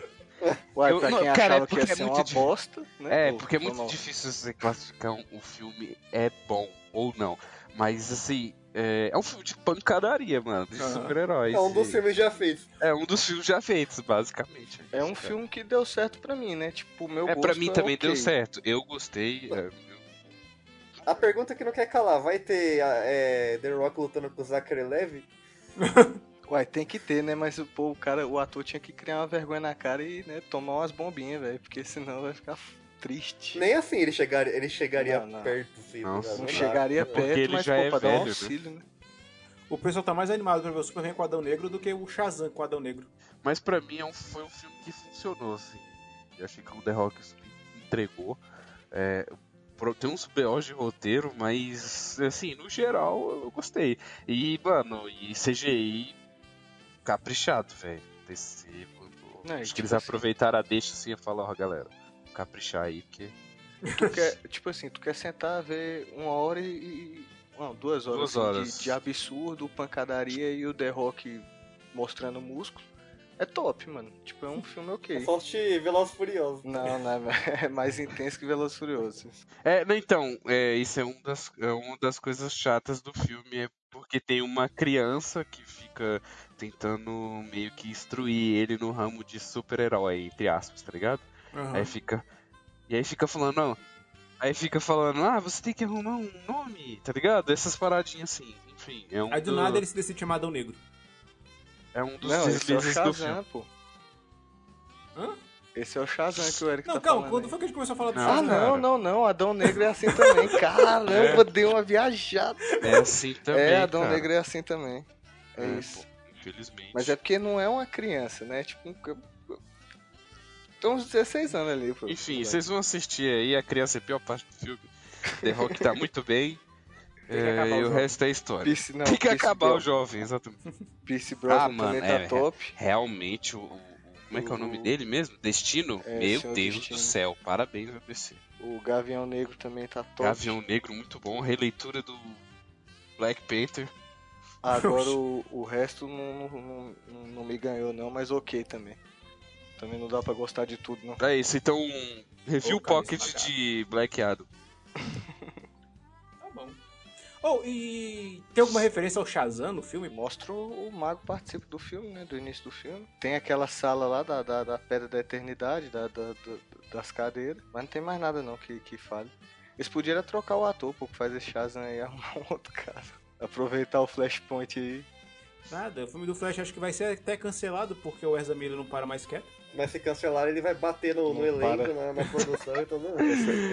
Speaker 4: Uai,
Speaker 2: Eu-
Speaker 4: pra
Speaker 2: não,
Speaker 4: quem
Speaker 2: cara, é
Speaker 4: achava que
Speaker 2: porque é
Speaker 4: ia ser
Speaker 2: muito
Speaker 4: uma
Speaker 2: difícil.
Speaker 4: bosta, né?
Speaker 2: É,
Speaker 4: Ou-
Speaker 2: porque é
Speaker 4: ou
Speaker 2: muito
Speaker 4: não.
Speaker 2: difícil você classificar um, um filme é bom ou não. Mas assim, é, é um filme de pancadaria, mano. De
Speaker 1: Aham.
Speaker 2: super-heróis.
Speaker 3: É um dos
Speaker 2: E-
Speaker 3: filmes já feitos.
Speaker 2: é um dos filmes já feitos, basicamente.
Speaker 4: É um
Speaker 2: Cara.
Speaker 4: filme que deu certo pra mim, né? Tipo, o meu
Speaker 2: É,
Speaker 4: gosto
Speaker 2: pra mim
Speaker 4: é
Speaker 2: também
Speaker 4: ok.
Speaker 2: deu certo. Eu gostei. é,
Speaker 3: A pergunta que não quer calar, vai ter a- é, The Rock lutando com o Zachary Levy?
Speaker 4: Uai, tem que ter, né? Mas pô, o cara, o ator tinha que criar uma vergonha na cara e, né, tomar umas bombinhas, velho. Porque senão vai ficar f- triste.
Speaker 3: Nem assim ele, chegar, ele chegaria
Speaker 4: Não, não.
Speaker 3: perto, assim, tá sim.
Speaker 2: Nossa.
Speaker 4: Não
Speaker 2: Não
Speaker 4: chegaria
Speaker 3: perto.
Speaker 4: perto,
Speaker 2: ele
Speaker 4: mas
Speaker 2: já
Speaker 4: pô,
Speaker 2: é
Speaker 4: pra dar
Speaker 2: velho,
Speaker 4: um
Speaker 2: né?
Speaker 4: auxílio, né?
Speaker 1: O pessoal tá mais animado pra ver o Superman com o Adão Negro do que o Shazam com o Adão Negro.
Speaker 2: Mas pra mim é um- foi um filme que funcionou, assim. Eu achei que o The Rock entregou. É, pro- tem uns BOs de roteiro, mas assim, no geral eu gostei. E, mano, e CGI caprichado, velho. DC, mano,
Speaker 4: É,
Speaker 2: acho
Speaker 4: tipo
Speaker 2: que eles
Speaker 4: assim.
Speaker 2: aproveitaram a deixa assim e falaram, ó, galera, vou caprichar aí, porque.
Speaker 4: Tu quer, tipo assim, tu quer sentar, ver uma hora e. e- Não, duas horas,
Speaker 2: Duas
Speaker 4: assim, de-
Speaker 2: horas.
Speaker 4: De, absurdo, pancadaria e o The Rock mostrando músculo. É top, mano. Tipo, é um filme
Speaker 3: É
Speaker 4: ok.
Speaker 3: só te Veloz Furioso.
Speaker 4: Não, não, é mais intenso que Velozes e Furiosos.
Speaker 2: É, não, então, é, isso é, um das, é uma das coisas chatas do filme, é porque tem uma criança que fica tentando meio que instruir ele no ramo de super-herói, entre aspas, tá ligado? Aí fica. E aí fica falando, não. Aí fica falando, ah, você tem que arrumar um nome, tá ligado? Essas paradinhas assim, enfim. É um,
Speaker 1: Aí do
Speaker 2: do-
Speaker 1: nada ele se decide chamar Adão Negro.
Speaker 2: é um dos
Speaker 4: Não, esse é o
Speaker 2: deslizes do filme.
Speaker 4: Shazam, pô.
Speaker 1: Hã?
Speaker 4: Esse é o Shazam que o Eric
Speaker 1: Não,
Speaker 4: tá
Speaker 1: calma,
Speaker 4: falando
Speaker 1: quando
Speaker 4: aí.
Speaker 1: foi que a gente começou a falar do
Speaker 2: Não.
Speaker 4: Ah,
Speaker 1: Shazam?
Speaker 4: não, não, não. Adão Negro é assim também. Caramba, deu uma viajada.
Speaker 2: É assim também.
Speaker 4: é, Adão
Speaker 2: cara.
Speaker 4: Negro é assim também. É,
Speaker 2: É,
Speaker 4: isso.
Speaker 2: pô, infelizmente.
Speaker 4: Mas é porque não é uma criança, né? Tipo, um- tem uns 16 anos ali. Pô.
Speaker 2: Enfim, vocês vão assistir aí, a criança é a pior parte do filme. The Rock tá muito bem.
Speaker 1: Tem que
Speaker 2: é,
Speaker 1: acabar
Speaker 2: e
Speaker 1: o
Speaker 2: o
Speaker 1: jogo.
Speaker 2: resto é história.
Speaker 4: Peace, não,
Speaker 2: Tem que
Speaker 4: Pierce
Speaker 2: acabar
Speaker 4: Bro-
Speaker 2: o jovem, exatamente.
Speaker 4: Pierce Brosnan
Speaker 2: Ah, mano,
Speaker 4: também
Speaker 2: é,
Speaker 4: tá
Speaker 2: é.
Speaker 4: top.
Speaker 2: Realmente, o, o- Como é que é o nome
Speaker 4: O-
Speaker 2: dele mesmo? Destino?
Speaker 4: É,
Speaker 2: Meu
Speaker 4: Senhor
Speaker 2: Deus
Speaker 4: Destino.
Speaker 2: do céu, parabéns, ABC.
Speaker 4: O Gavião Negro também tá top.
Speaker 2: Gavião Negro, muito bom. Releitura do Black Panther.
Speaker 4: Agora o, o resto não, não, não- não me ganhou, não, mas ok também. Também não dá pra gostar de tudo, não.
Speaker 2: É isso, então. Review
Speaker 1: Ô, cara,
Speaker 2: Pocket
Speaker 1: esmagado.
Speaker 2: de Black Adam.
Speaker 1: Tá bom. Oh, e tem alguma referência ao Shazam no filme?
Speaker 4: Mostra o, o mago participa do filme, né? Do início do filme. Tem aquela sala lá da, da, da Pedra da Eternidade, da, da- da- das cadeiras. Mas não tem mais nada não que, que fale. Eles podiam era trocar o ator, pô, que faz esse Shazam aí e arrumar um outro cara. Aproveitar o Flashpoint aí.
Speaker 1: Nada, o filme do Flash acho que vai ser até cancelado porque o Ezra Miller não para mais quieto.
Speaker 3: Mas se cancelar, ele vai bater no, no
Speaker 4: Não
Speaker 3: elenco,
Speaker 4: para.
Speaker 3: na, na produção, então não.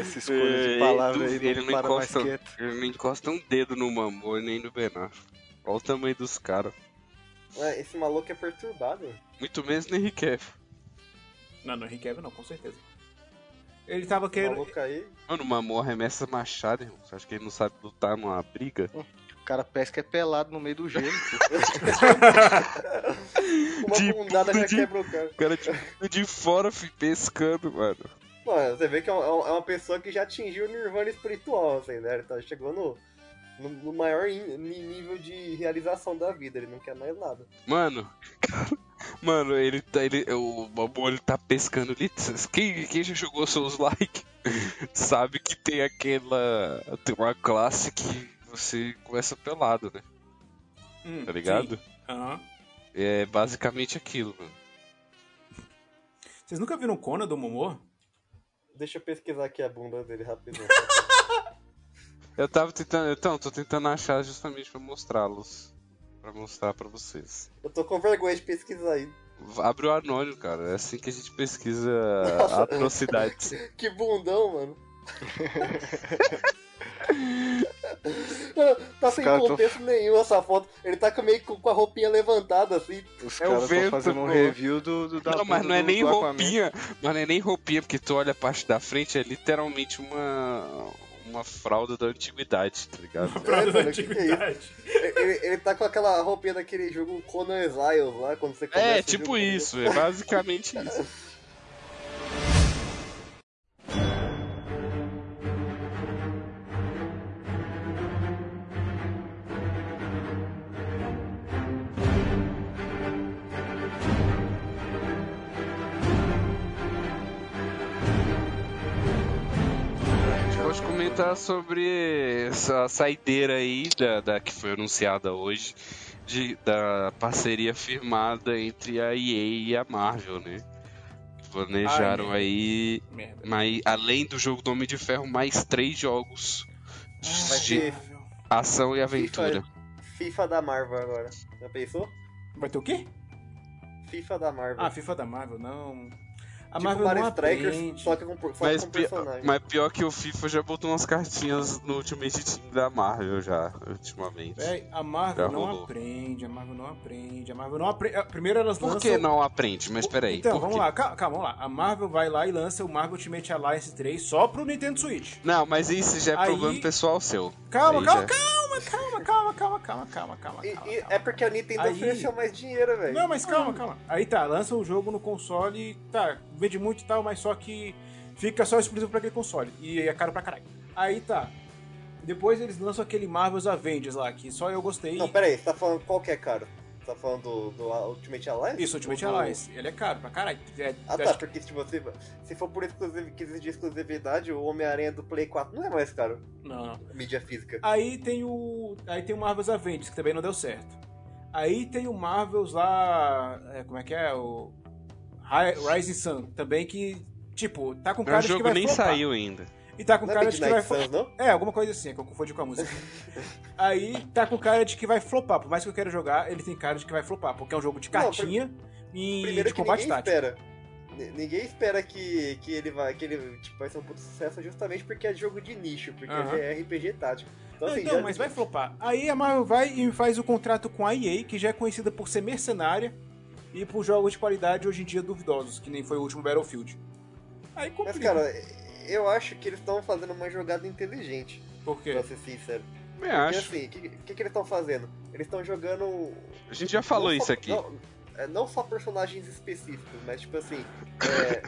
Speaker 4: Essa escolha
Speaker 2: É,
Speaker 4: de palavra
Speaker 2: ele-
Speaker 4: aí
Speaker 2: ele
Speaker 4: não
Speaker 2: não
Speaker 4: para mais
Speaker 2: encosta.
Speaker 4: quieto.
Speaker 2: Ele não encosta um dedo no Mamor nem no Ben Affleck. Olha o tamanho dos caras.
Speaker 3: Ué, Esse maluco é perturbado.
Speaker 2: Muito menos no Henry Cavill.
Speaker 1: Não, não, Henry Cavill não, com certeza. Ele tava
Speaker 3: Esse
Speaker 1: querendo.
Speaker 3: maluco aí.
Speaker 2: Mano, o Mamor arremessa machado, irmão. Você acha que ele não sabe lutar numa briga?
Speaker 4: O cara pesca é pelado no meio do gelo, pô.
Speaker 3: Uma
Speaker 2: De
Speaker 3: bundada já
Speaker 2: de-
Speaker 3: quebra o cara.
Speaker 2: O cara de, de fora fi, pescando, mano.
Speaker 3: Mano, você vê que é um- é um- é uma pessoa que já atingiu o nirvana espiritual, assim, né? Ele tá chegou no, no, no maior in- ni- nível de realização da vida, ele não quer mais nada.
Speaker 2: Mano, mano, ele tá. Ele, o Mamor ele tá pescando ali. Quem, quem já jogou seus likes sabe que tem aquela. Tem uma classe que você começa pelado, né?
Speaker 1: Hum,
Speaker 2: Tá ligado?
Speaker 1: sim. Aham.
Speaker 2: É basicamente aquilo, mano.
Speaker 1: Vocês nunca viram Conan do Momor?
Speaker 3: Deixa eu pesquisar aqui a bunda dele rapidão.
Speaker 2: Eu tava tentando. Então, tô tentando achar justamente pra mostrá-los. Pra mostrar pra vocês.
Speaker 3: eu tô com vergonha de pesquisar aí.
Speaker 2: Abre o anônimo, cara. É assim que a gente pesquisa
Speaker 3: Nossa.
Speaker 2: atrocidades.
Speaker 3: Que bundão, mano. Não, tá sem
Speaker 4: caras tão-
Speaker 3: contexto nenhum essa foto. Ele tá com- meio com com a roupinha levantada, assim.
Speaker 4: Os
Speaker 2: É o
Speaker 4: caras
Speaker 2: vento,
Speaker 4: estão fazendo um
Speaker 2: pô.
Speaker 4: review do, do da
Speaker 2: Não, mas
Speaker 4: bunda
Speaker 2: não é
Speaker 4: do-
Speaker 2: nem
Speaker 4: do Aquaman.
Speaker 2: roupinha. Mas não é nem roupinha, porque tu olha a parte da frente, é literalmente uma. Uma fralda da antiguidade, tá ligado?
Speaker 1: Pra
Speaker 3: mano,
Speaker 1: dar
Speaker 3: que que é
Speaker 1: antiguidade.
Speaker 3: Ele, ele tá com aquela roupinha daquele jogo Conan Exiles lá, quando você começa
Speaker 2: É,
Speaker 3: o
Speaker 2: tipo
Speaker 3: jogo.
Speaker 2: isso, é basicamente isso. comentar sobre essa saideira aí da, da que foi anunciada hoje de- da parceria firmada entre a EA e a Marvel, né? Planejaram
Speaker 1: Ai,
Speaker 2: aí,
Speaker 1: Merda.
Speaker 2: mais, além do jogo do Homem de Ferro, mais três jogos
Speaker 3: Vai é
Speaker 2: de
Speaker 3: ter
Speaker 2: ação e aventura.
Speaker 3: FIFA da Marvel agora. Já pensou?
Speaker 1: Vai ter o quê?
Speaker 3: FIFA da Marvel.
Speaker 1: Ah, FIFA da Marvel, não. A
Speaker 3: tipo
Speaker 1: Marvel
Speaker 3: Mario
Speaker 1: não
Speaker 3: Strikers,
Speaker 1: aprende.
Speaker 3: só que com, só que
Speaker 2: Mas,
Speaker 3: com
Speaker 2: pi-
Speaker 3: personagem.
Speaker 2: mas pior que o FIFA já botou umas cartinhas no Ultimate Team da Marvel já, ultimamente.
Speaker 1: Véi, É, a Marvel
Speaker 2: Já
Speaker 1: não
Speaker 2: rolou.
Speaker 1: aprende, a Marvel não aprende, a Marvel não aprende. Primeiro elas
Speaker 2: Por
Speaker 1: lançam...
Speaker 2: que não aprende? Mas peraí.
Speaker 1: Então,
Speaker 2: por
Speaker 1: vamos
Speaker 2: quê?
Speaker 1: lá, calma, calma, vamos lá. A Marvel vai lá e lança o Marvel Ultimate Alliance 3 só pro Nintendo Switch.
Speaker 2: Não, mas isso já é
Speaker 1: Aí-
Speaker 2: problema pessoal seu.
Speaker 1: Calma,
Speaker 2: Aí
Speaker 1: calma,
Speaker 2: já- é.
Speaker 1: calma, calma, calma, calma, calma, calma, calma,
Speaker 3: E,
Speaker 1: calma,
Speaker 3: e
Speaker 1: calma.
Speaker 3: é porque a Nintendo
Speaker 1: Aí-
Speaker 3: ofereceu mais dinheiro, velho.
Speaker 1: Não, mas calma, calma. Aí tá, lança o jogo no console, tá, vende muito e tal, mas só que fica só exclusivo pra aquele console. E é caro pra caralho. Aí tá. Depois eles lançam aquele Marvel's Avengers lá, que só eu gostei.
Speaker 3: Não, pera aí, você tá falando qual que é caro? Você tá falando do, do Ultimate Alliance?
Speaker 1: Isso, Ultimate
Speaker 3: Ou do-
Speaker 1: Alliance. Ele é caro pra caralho. É,
Speaker 3: Ah tá,
Speaker 1: acho
Speaker 3: porque tipo, se, se for por exclusiv... que exige exclusividade, o Homem-Aranha do Play 4 não é mais caro.
Speaker 1: que- Não, não.
Speaker 3: Mídia física.
Speaker 1: Aí tem o. Aí tem o Marvel's Avengers, que também não deu certo. Aí tem o Marvel's lá. é, como é que é? O. Hi- Rising Sun, também que. Tipo, tá com
Speaker 2: O
Speaker 1: cara de que
Speaker 2: É um jogo
Speaker 1: vai
Speaker 2: nem
Speaker 1: flopar.
Speaker 2: saiu ainda.
Speaker 1: E tá com
Speaker 3: Não é
Speaker 1: cara de que vai
Speaker 3: Midnight
Speaker 1: flopar.
Speaker 3: Suns, não?
Speaker 1: É, alguma coisa assim, é que eu confundi com a música. Aí tá com cara de que vai flopar. Por mais que eu queira jogar, ele tem cara de que vai flopar, porque é um jogo de
Speaker 3: Não, pri-
Speaker 1: cartinha e
Speaker 3: Primeiro
Speaker 1: de
Speaker 3: que
Speaker 1: combate
Speaker 3: ninguém
Speaker 1: tático.
Speaker 3: espera. Ni- Ninguém espera que, que ele vai que ele tipo, vai ser um puto sucesso justamente porque é jogo de nicho, porque
Speaker 1: Aham.
Speaker 3: é RPG tático. Então,
Speaker 1: Não,
Speaker 3: assim,
Speaker 1: então,
Speaker 3: já-
Speaker 1: mas vai flopar. Aí a Marvel vai e faz o contrato com a EA, que já é conhecida por ser mercenária e por jogos de qualidade hoje em dia duvidosos, que nem foi o último Battlefield. Aí
Speaker 3: Mas,
Speaker 1: complica.
Speaker 3: cara, eu acho que eles estão fazendo uma jogada inteligente,
Speaker 1: por quê?
Speaker 3: pra ser sincero.
Speaker 2: Eu
Speaker 3: Porque,
Speaker 2: acho.
Speaker 3: assim, o que, que, que eles estão fazendo? Eles estão jogando.
Speaker 2: A gente já falou
Speaker 3: não
Speaker 2: isso
Speaker 3: só-
Speaker 2: aqui.
Speaker 3: Não, é, não só personagens específicos, mas, tipo assim, é,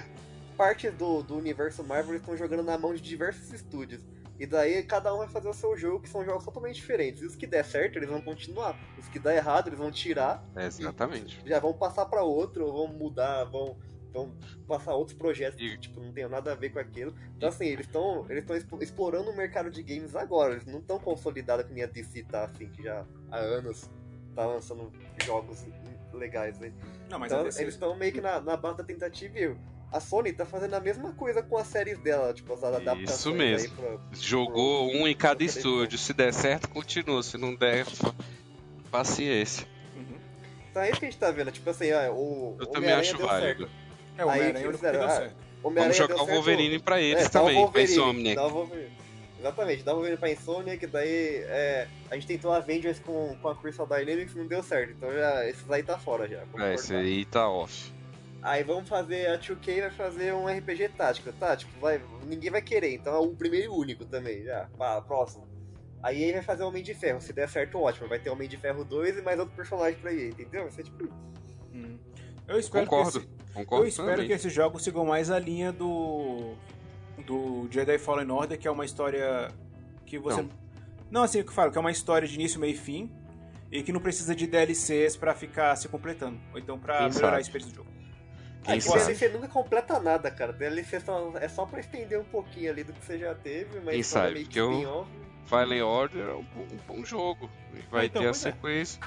Speaker 3: partes do, do universo Marvel eles estão jogando na mão de diversos estúdios. E daí cada um vai fazer o seu jogo, que são jogos totalmente diferentes. E os que der certo, eles vão continuar. Os que der errado, eles vão tirar
Speaker 2: É, exatamente.
Speaker 3: já vão passar pra outro, ou vão mudar, vão, vão passar outros projetos
Speaker 2: E-
Speaker 3: que tipo, não tem nada a ver com aquilo. Então assim, eles estão eles tão expo- explorando o mercado de games agora, eles não estão consolidados que nem a DC tá, assim, que já há anos tá lançando jogos legais aí.
Speaker 1: Não, mas é
Speaker 3: Então,
Speaker 1: a DC
Speaker 3: eles estão meio que na, na base da tentativa e erro. A Sony tá fazendo a mesma coisa com as séries dela, tipo, as adaptações
Speaker 2: mesmo.
Speaker 3: aí pra,
Speaker 2: Jogou um em cada estúdio. Se der certo, continua. Se não der, fa- paciência.
Speaker 3: Então é isso que a gente tá vendo, tipo assim, ó, o
Speaker 2: Eu também
Speaker 3: Homem-Aranha
Speaker 2: acho
Speaker 3: deu
Speaker 2: válido.
Speaker 3: certo.
Speaker 1: É o
Speaker 3: Aí
Speaker 1: Homem-Aranha,
Speaker 3: eles
Speaker 1: o único que deu
Speaker 3: fizeram, ah,
Speaker 1: certo.
Speaker 3: Homem-Aranha
Speaker 2: Vamos jogar
Speaker 3: deu
Speaker 2: o
Speaker 3: certo-
Speaker 2: Wolverine pra
Speaker 3: É,
Speaker 2: eles
Speaker 3: dá o
Speaker 2: também, pra
Speaker 3: Wolverine,
Speaker 2: Insomniac.
Speaker 3: Dá o Wolverine. Exatamente, dá o Wolverine pra Insomniac, daí é, a gente tentou Avengers com, com a Crystal Dynamics não deu certo, então já, esses aí tá fora já. vamos
Speaker 2: É, esse
Speaker 3: cortar.
Speaker 2: aí tá off.
Speaker 3: Aí vamos fazer, a 2K vai fazer um RPG tático, tá? Tipo, vai, ninguém vai querer, então é o primeiro e único também, já, pá, próximo. Aí ele vai fazer Homem de Ferro, se der certo, ótimo, vai ter Homem de Ferro 2 e mais outro personagem pra ele, entendeu? Vai ser tipo...
Speaker 1: Uhum. Eu espero
Speaker 2: Concordo.
Speaker 1: que esse-
Speaker 2: Concordo
Speaker 1: Eu espero
Speaker 2: também.
Speaker 1: que esses jogos sigam mais a linha do do Jedi Fallen Order, que é uma história que você
Speaker 2: Não.
Speaker 1: não, assim que eu falo, que é uma história de início, meio e fim e que não precisa de DLCs pra ficar se completando, ou então pra
Speaker 2: Quem
Speaker 1: melhorar
Speaker 2: sabe?
Speaker 1: a experiência do jogo.
Speaker 2: Quem
Speaker 3: é, que
Speaker 2: sabe?
Speaker 3: DLC nunca completa nada, cara. DLC só- é só pra estender um pouquinho ali do que você já teve, mas
Speaker 2: Quem
Speaker 3: só dá
Speaker 2: sabe,
Speaker 3: meio que
Speaker 2: porque eu-
Speaker 3: spin-off.
Speaker 2: Fallen Order é um bom, um bom jogo. E Vai
Speaker 1: Então,
Speaker 2: ter a
Speaker 1: pois é.
Speaker 2: sequência.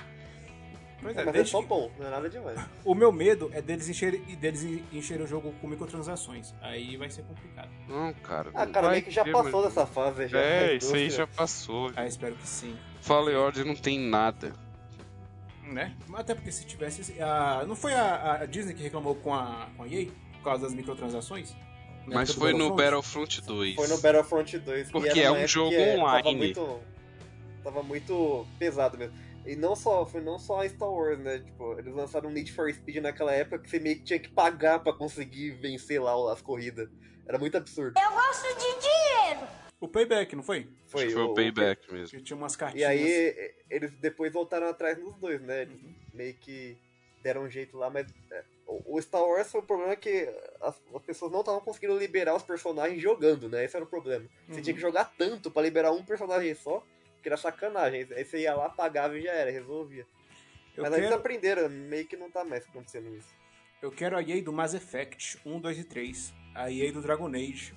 Speaker 1: Pois é,
Speaker 3: Mas é
Speaker 1: desde
Speaker 3: só
Speaker 1: que-
Speaker 3: bom, não é nada demais.
Speaker 1: o meu medo é deles encherem e deles encherem o jogo com microtransações. Aí vai ser complicado.
Speaker 2: Não, cara.
Speaker 3: Ah,
Speaker 2: não
Speaker 3: cara,
Speaker 2: vai
Speaker 3: meio que já
Speaker 2: ter,
Speaker 3: passou
Speaker 2: mas-
Speaker 3: dessa fase. Já, né?
Speaker 2: É,
Speaker 3: a
Speaker 2: isso aí
Speaker 3: indústria-
Speaker 2: já passou.
Speaker 1: Ah, espero que sim,
Speaker 2: Fallen Order não tem nada.
Speaker 1: né? Até porque se tivesse a- não foi a, a Disney que reclamou com a com a EA por causa das microtransações? Na
Speaker 2: Mas
Speaker 1: época do
Speaker 2: foi no
Speaker 1: Battlefront?
Speaker 2: Battlefront 2.
Speaker 3: então Foi no Battlefront 2. que
Speaker 2: Porque
Speaker 3: era
Speaker 2: é
Speaker 3: uma
Speaker 2: um
Speaker 3: época
Speaker 2: jogo
Speaker 3: que é- Tava
Speaker 2: online.
Speaker 3: muito, tava muito pesado mesmo. E não só, foi não só a Star Wars, né? Tipo, eles lançaram um Need for Speed naquela época que você meio que tinha que pagar pra conseguir vencer lá as corridas. Era muito absurdo.
Speaker 5: Eu gosto de dinheiro.
Speaker 1: O Payback, não foi?
Speaker 2: Acho que foi assim. o Payback mesmo.
Speaker 1: Que tinha umas cartinhas.
Speaker 3: E aí, e- eles depois voltaram atrás nos dois, né? Eles meio que deram um jeito lá, mas. é, o o Star Wars foi o problema que as, as pessoas não estavam conseguindo liberar os personagens jogando, né? Esse era o problema. Você
Speaker 1: Uhum.
Speaker 3: tinha que jogar tanto pra liberar um personagem só, que era sacanagem. Aí você ia lá, pagava e já era, resolvia.
Speaker 1: eu,
Speaker 3: mas aí tá- eles
Speaker 1: quero,
Speaker 3: aprenderam, meio que não tá mais acontecendo isso.
Speaker 1: um, eu quero a EA do Mass Effect 1, 2 e 3. A EA do Dragon Age.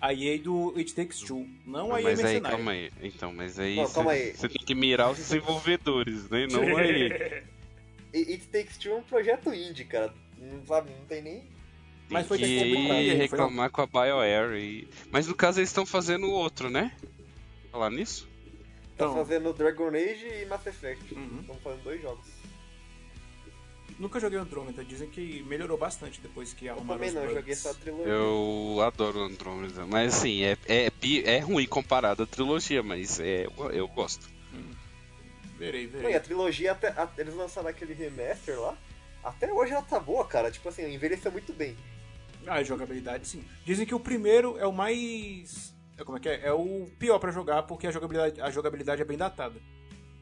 Speaker 1: A EA do It Takes Two,
Speaker 3: Então
Speaker 1: não a EA
Speaker 2: mas aí,
Speaker 1: Mercenário.
Speaker 2: calma aí. Então, mas aí
Speaker 3: Não, calma aí.
Speaker 2: você tem que mirar os desenvolvedores, né? Não aí.
Speaker 3: E- It Takes Two é um projeto indie, cara. Não sabe, não tem nem.
Speaker 1: Mas foi
Speaker 2: Tem que
Speaker 1: distribuído pra
Speaker 2: ir
Speaker 1: ele, foi
Speaker 2: reclamar com a BioWare. e- Mas no caso eles estão fazendo o outro, né? Falar nisso?
Speaker 3: Tá
Speaker 1: Então.
Speaker 3: fazendo Dragon Age e Mass Effect.
Speaker 1: Uhum.
Speaker 3: Estão fazendo dois jogos.
Speaker 1: Nunca joguei Andrômeda, dizem que melhorou bastante depois que
Speaker 3: Eu
Speaker 1: arrumaram
Speaker 3: também
Speaker 1: os
Speaker 3: não,
Speaker 1: bugs.
Speaker 3: joguei só a trilogia.
Speaker 2: Eu adoro Andrômeda. Mas assim, é, é, pi- é ruim comparado à trilogia, mas é, eu gosto.
Speaker 1: Verei,
Speaker 3: Não, e a
Speaker 1: verei.
Speaker 3: trilogia, até, a- eles lançaram aquele remaster lá. Até hoje ela tá boa, cara. Tipo assim, envelheceu muito bem.
Speaker 1: Ah, a jogabilidade sim. Dizem que o primeiro é o mais... é, Como é que é? É o pior pra jogar, porque a jogabilidade, a jogabilidade é bem datada.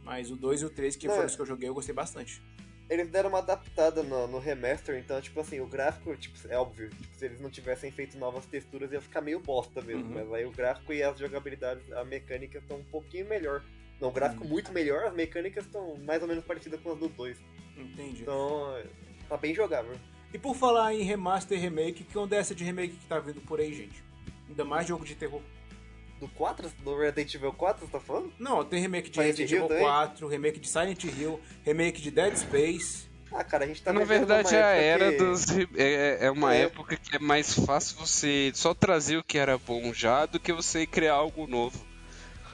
Speaker 1: Mas o 2 e o 3, que
Speaker 3: Não,
Speaker 1: foram
Speaker 3: é.
Speaker 1: os que eu joguei, eu gostei bastante.
Speaker 3: Eles deram uma adaptada no, no remaster, então, tipo assim, o gráfico, tipo, é óbvio, tipo, se eles não tivessem feito novas texturas ia ficar meio bosta mesmo, né?
Speaker 1: Uhum.
Speaker 3: mas aí o gráfico e as jogabilidades, a mecânica estão um pouquinho melhor. Não, o gráfico
Speaker 2: Uhum.
Speaker 3: muito melhor, as mecânicas estão mais ou menos parecidas com as do 2.
Speaker 1: Entendi.
Speaker 3: Então, tá bem jogável.
Speaker 1: E por falar em remaster e remake, que onda é essa de remake que tá vindo por aí, gente? Ainda mais jogo de terror.
Speaker 3: Do 4? Do Resident Evil 4, você tá falando?
Speaker 1: Não, tem remake de
Speaker 3: Silent
Speaker 1: Resident
Speaker 3: Hill
Speaker 1: Evil
Speaker 3: também?
Speaker 1: 4, remake de Silent Hill, remake de Dead Space.
Speaker 3: Ah, cara, a gente tá
Speaker 2: Na
Speaker 3: vivendo numa
Speaker 2: verdade, é a
Speaker 3: época
Speaker 2: era
Speaker 3: que-
Speaker 2: dos. re- É, é uma
Speaker 3: É.
Speaker 2: época que é mais fácil você só trazer o que era bom já do que você criar algo novo.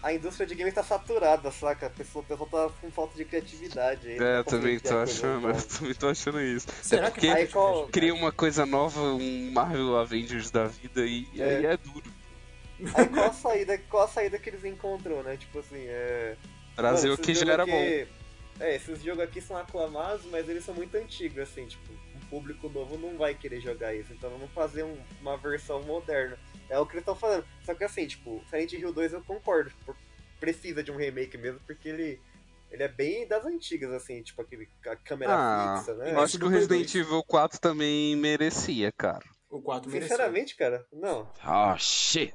Speaker 3: A indústria de games tá saturada, saca? A pessoa, o pessoal tá com falta de criatividade. aí,
Speaker 2: É,
Speaker 3: não
Speaker 2: eu
Speaker 3: tá
Speaker 2: também tô
Speaker 3: conseguindo criar
Speaker 2: achando,
Speaker 3: coisas
Speaker 2: eu também tô achando isso.
Speaker 1: Será
Speaker 2: é
Speaker 1: que
Speaker 2: porque
Speaker 3: Aí qual-
Speaker 2: cria uma coisa nova, um Marvel Avengers da vida e e aí é duro.
Speaker 3: novas. Aí qual a saída, qual a saída que eles encontram, né? Tipo assim, é...
Speaker 2: Trazer
Speaker 3: Mano,
Speaker 2: o que
Speaker 3: esses
Speaker 2: já era
Speaker 3: jogos
Speaker 2: bom.
Speaker 3: aqui- É, esses jogos aqui são aclamados, mas eles são muito antigos, assim, tipo, um público novo não vai querer jogar isso, então vamos fazer um- uma versão moderna. É o que eles estão fazendo. Só que assim, tipo, Silent Hill 2 eu concordo, por- precisa de um remake mesmo, porque ele, ele é bem das antigas, assim, tipo, aquele a câmera
Speaker 2: Ah,
Speaker 3: fixa, né?
Speaker 2: eu acho que o Resident Evil 4 também merecia, cara.
Speaker 1: O 4 mereceu.
Speaker 3: Sinceramente, cara, não.
Speaker 6: Oh shit.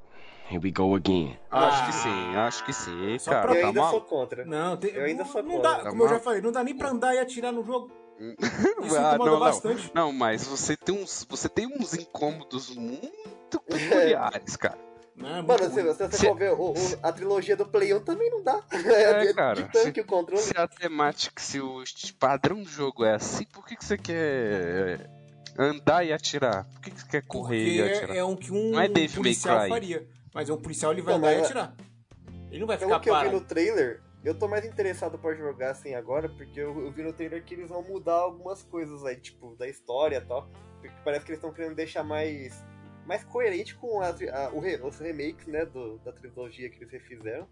Speaker 6: Here we go again.
Speaker 1: Ah.
Speaker 2: Acho que sim, acho que sim,
Speaker 1: Só
Speaker 2: cara.
Speaker 1: pra-
Speaker 3: eu
Speaker 2: Tá
Speaker 3: ainda sou
Speaker 2: maluco?
Speaker 3: contra.
Speaker 1: Não, tem,
Speaker 3: Eu ainda
Speaker 1: não-
Speaker 3: sou
Speaker 1: não
Speaker 3: contra.
Speaker 1: dá,
Speaker 2: Tá
Speaker 1: como eu já
Speaker 2: mal.
Speaker 1: falei, não dá nem pra andar e atirar no jogo. Isso
Speaker 2: Ah,
Speaker 1: incomoda
Speaker 2: não, não.
Speaker 1: bastante. né?
Speaker 2: Não, mas você tem uns, você tem uns incômodos muito peculiares, cara.
Speaker 1: Não, é muito
Speaker 3: Mano,
Speaker 1: ruim.
Speaker 3: se, se você
Speaker 2: Se-
Speaker 3: for ver, o- o- a trilogia do Play 1 também não dá.
Speaker 2: É,
Speaker 3: de,
Speaker 2: cara,
Speaker 3: de
Speaker 2: se-
Speaker 3: tanque o controle.
Speaker 2: Se a temática, se o est- padrão do jogo é assim, por que, que você quer andar e atirar? Por que, que você quer correr e
Speaker 1: Porque
Speaker 2: atirar?
Speaker 1: é, é um que um
Speaker 2: Não é Devil May
Speaker 1: policial
Speaker 2: Cry.
Speaker 1: faria. Mas um policial ele vai
Speaker 3: Não,
Speaker 1: andar e
Speaker 3: mas- é-
Speaker 1: atirar. Ele não vai
Speaker 3: Pelo
Speaker 1: ficar
Speaker 3: que eu vi
Speaker 1: parado.
Speaker 3: no trailer, eu tô mais interessado pra jogar assim agora, porque eu, eu vi no trailer que eles vão mudar algumas coisas aí, tipo, da história e tal. Porque parece que eles estão querendo deixar mais, mais coerente com a, tri- a- o re- os remakes, né, do- da trilogia que eles refizeram.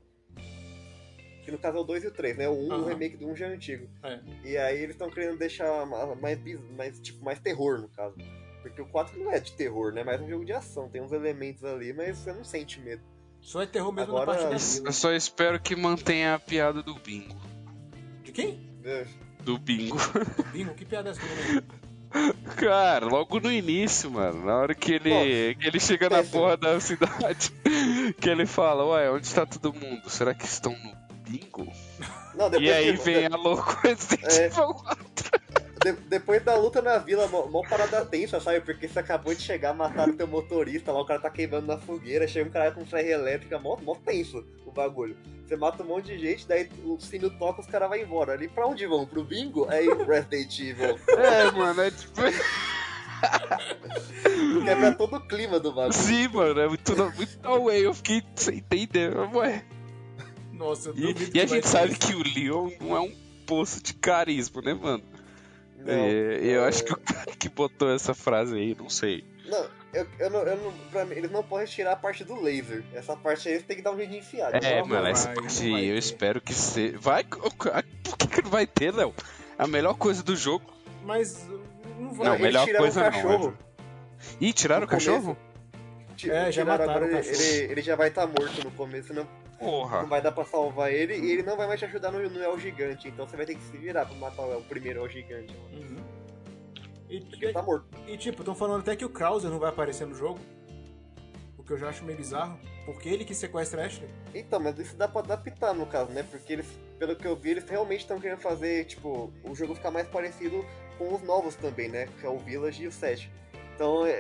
Speaker 3: Que no caso é o 2 e o 3, né? O 1,
Speaker 1: Aham.
Speaker 3: o remake do 1 já é antigo.
Speaker 1: É.
Speaker 3: E aí eles estão querendo deixar ma- mais, bis- mais, tipo, mais terror, no caso. Porque o 4 não é de terror, né? É mais um jogo de ação. Tem uns elementos ali, mas você não sente medo.
Speaker 1: Só é terror mesmo
Speaker 3: Agora-
Speaker 1: na parte da
Speaker 3: Isso-
Speaker 1: vila.
Speaker 2: Eu só espero que mantenha a piada do bingo.
Speaker 1: De quem?
Speaker 2: Do bingo.
Speaker 1: Bingo, que piada é essa? que eu não lembro?
Speaker 2: Cara, logo no início, mano, na hora que ele, que ele chega na
Speaker 3: péssimo.
Speaker 2: porra da cidade, que ele fala, ué, onde tá todo mundo? Será que estão no bingo?
Speaker 3: Não, depois
Speaker 2: E aí
Speaker 3: que-
Speaker 2: vem a tipo, louco Resident
Speaker 3: É.
Speaker 2: Evil 4.
Speaker 3: De- depois da luta na vila, mó, mó parada tensa, sabe? Porque você acabou de chegar, mataram teu motorista, lá o cara tá queimando na fogueira, chega um cara com serra elétrica, mó, mó tenso o bagulho. Você mata um monte de gente, daí o sino toca, os caras vão embora. Ali pra onde vão? Pro bingo? É Aí Resident Evil.
Speaker 2: É, mano, é tipo.
Speaker 3: Quebra é todo o clima do bagulho.
Speaker 2: Sim, mano, é muito. no- muito no way. Eu fiquei sem entender. Ué.
Speaker 1: Nossa, eu duvido
Speaker 2: E,
Speaker 1: que
Speaker 2: e a
Speaker 1: vai
Speaker 2: gente
Speaker 1: ter
Speaker 2: sabe
Speaker 1: isso.
Speaker 2: que o Leon não é um poço de carisma, né, mano?
Speaker 3: Não,
Speaker 2: E- e eu
Speaker 3: é-
Speaker 2: acho que o cara que botou essa frase aí, não sei.
Speaker 3: Não, eu, eu não, eu não- pra mim, eles não podem tirar a parte do laser. Essa parte aí eles têm que dar um jeito de enfiar.
Speaker 2: É,
Speaker 1: não
Speaker 2: mano,
Speaker 1: vai,
Speaker 2: essa
Speaker 1: não
Speaker 2: parte
Speaker 1: vai
Speaker 2: eu
Speaker 1: ter.
Speaker 2: espero que seja. Vai. o ca- Por que, que não vai ter, Léo? A melhor coisa do jogo.
Speaker 1: Mas uh, não vai.
Speaker 2: Não,
Speaker 3: eles
Speaker 2: melhor
Speaker 3: tiraram o
Speaker 2: coisa não,
Speaker 3: cachorro.
Speaker 2: Ih, tiraram
Speaker 3: No
Speaker 2: o cachorro?
Speaker 3: Ti-
Speaker 1: É, já
Speaker 3: tiraram
Speaker 1: mataram
Speaker 3: agora,
Speaker 1: o
Speaker 3: ele,
Speaker 1: cachorro.
Speaker 3: ele- ele já vai estar morto no começo, não Não
Speaker 2: Porra.
Speaker 3: vai dar pra salvar ele e ele não vai mais te ajudar no, no El Gigante, então você vai ter que se virar pra matar o, El- o primeiro El Gigante, mano.
Speaker 1: Uhum. E,
Speaker 3: Porque ele tá morto.
Speaker 1: e, tipo, estão falando até que o Krauser não vai aparecer no jogo. O que eu já acho meio bizarro. Porque ele que sequestra a Ashley.
Speaker 3: Então, mas isso dá pra adaptar no caso, né? Porque eles, pelo que eu vi, eles realmente estão querendo fazer, tipo, o jogo ficar mais parecido com os novos também, né? Que é o Village e o 7. Então, é,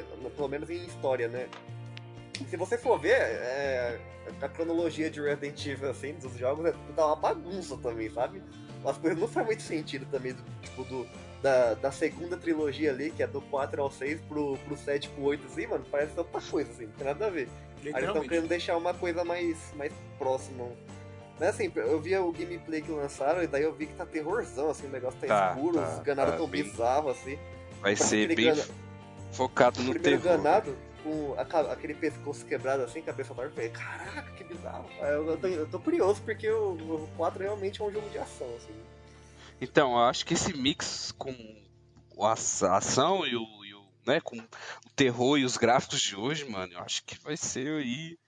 Speaker 3: é, pelo menos em história, né? se você for ver, é, a cronologia de Resident Evil, assim, dos jogos, é dá uma bagunça também, sabe? As coisas não fazem muito sentido também, do, tipo, do, da, da segunda trilogia ali, que é do 4 ao 6, pro, pro 7, pro 8, assim, mano, parece outra coisa, assim, não tem nada a ver. Aí eles estão querendo
Speaker 1: Literalmente.
Speaker 3: deixar uma coisa mais, mais próxima. Mas assim, eu vi o gameplay que lançaram e daí eu vi que tá terrorzão, assim, o negócio tá,
Speaker 2: Tá,
Speaker 3: escuro,
Speaker 2: tá,
Speaker 3: os ganados
Speaker 2: tá
Speaker 3: tão
Speaker 2: bem-
Speaker 3: bizarros, assim.
Speaker 2: Vai
Speaker 3: Parece
Speaker 2: ser
Speaker 3: aquele
Speaker 2: bem
Speaker 3: gana-
Speaker 2: f- focado
Speaker 3: o
Speaker 2: no
Speaker 3: primeiro
Speaker 2: terror.
Speaker 3: ganado, com a ca- aquele pescoço quebrado assim, cabeça torta, eu falei, caraca, que bizarro. Aí Eu, eu tô, eu tô curioso porque o, o 4 realmente é um jogo de ação, assim.
Speaker 2: Então, eu acho que esse mix com a a ação e o, e o, né, com o terror e os gráficos de hoje, mano, eu acho que vai ser aí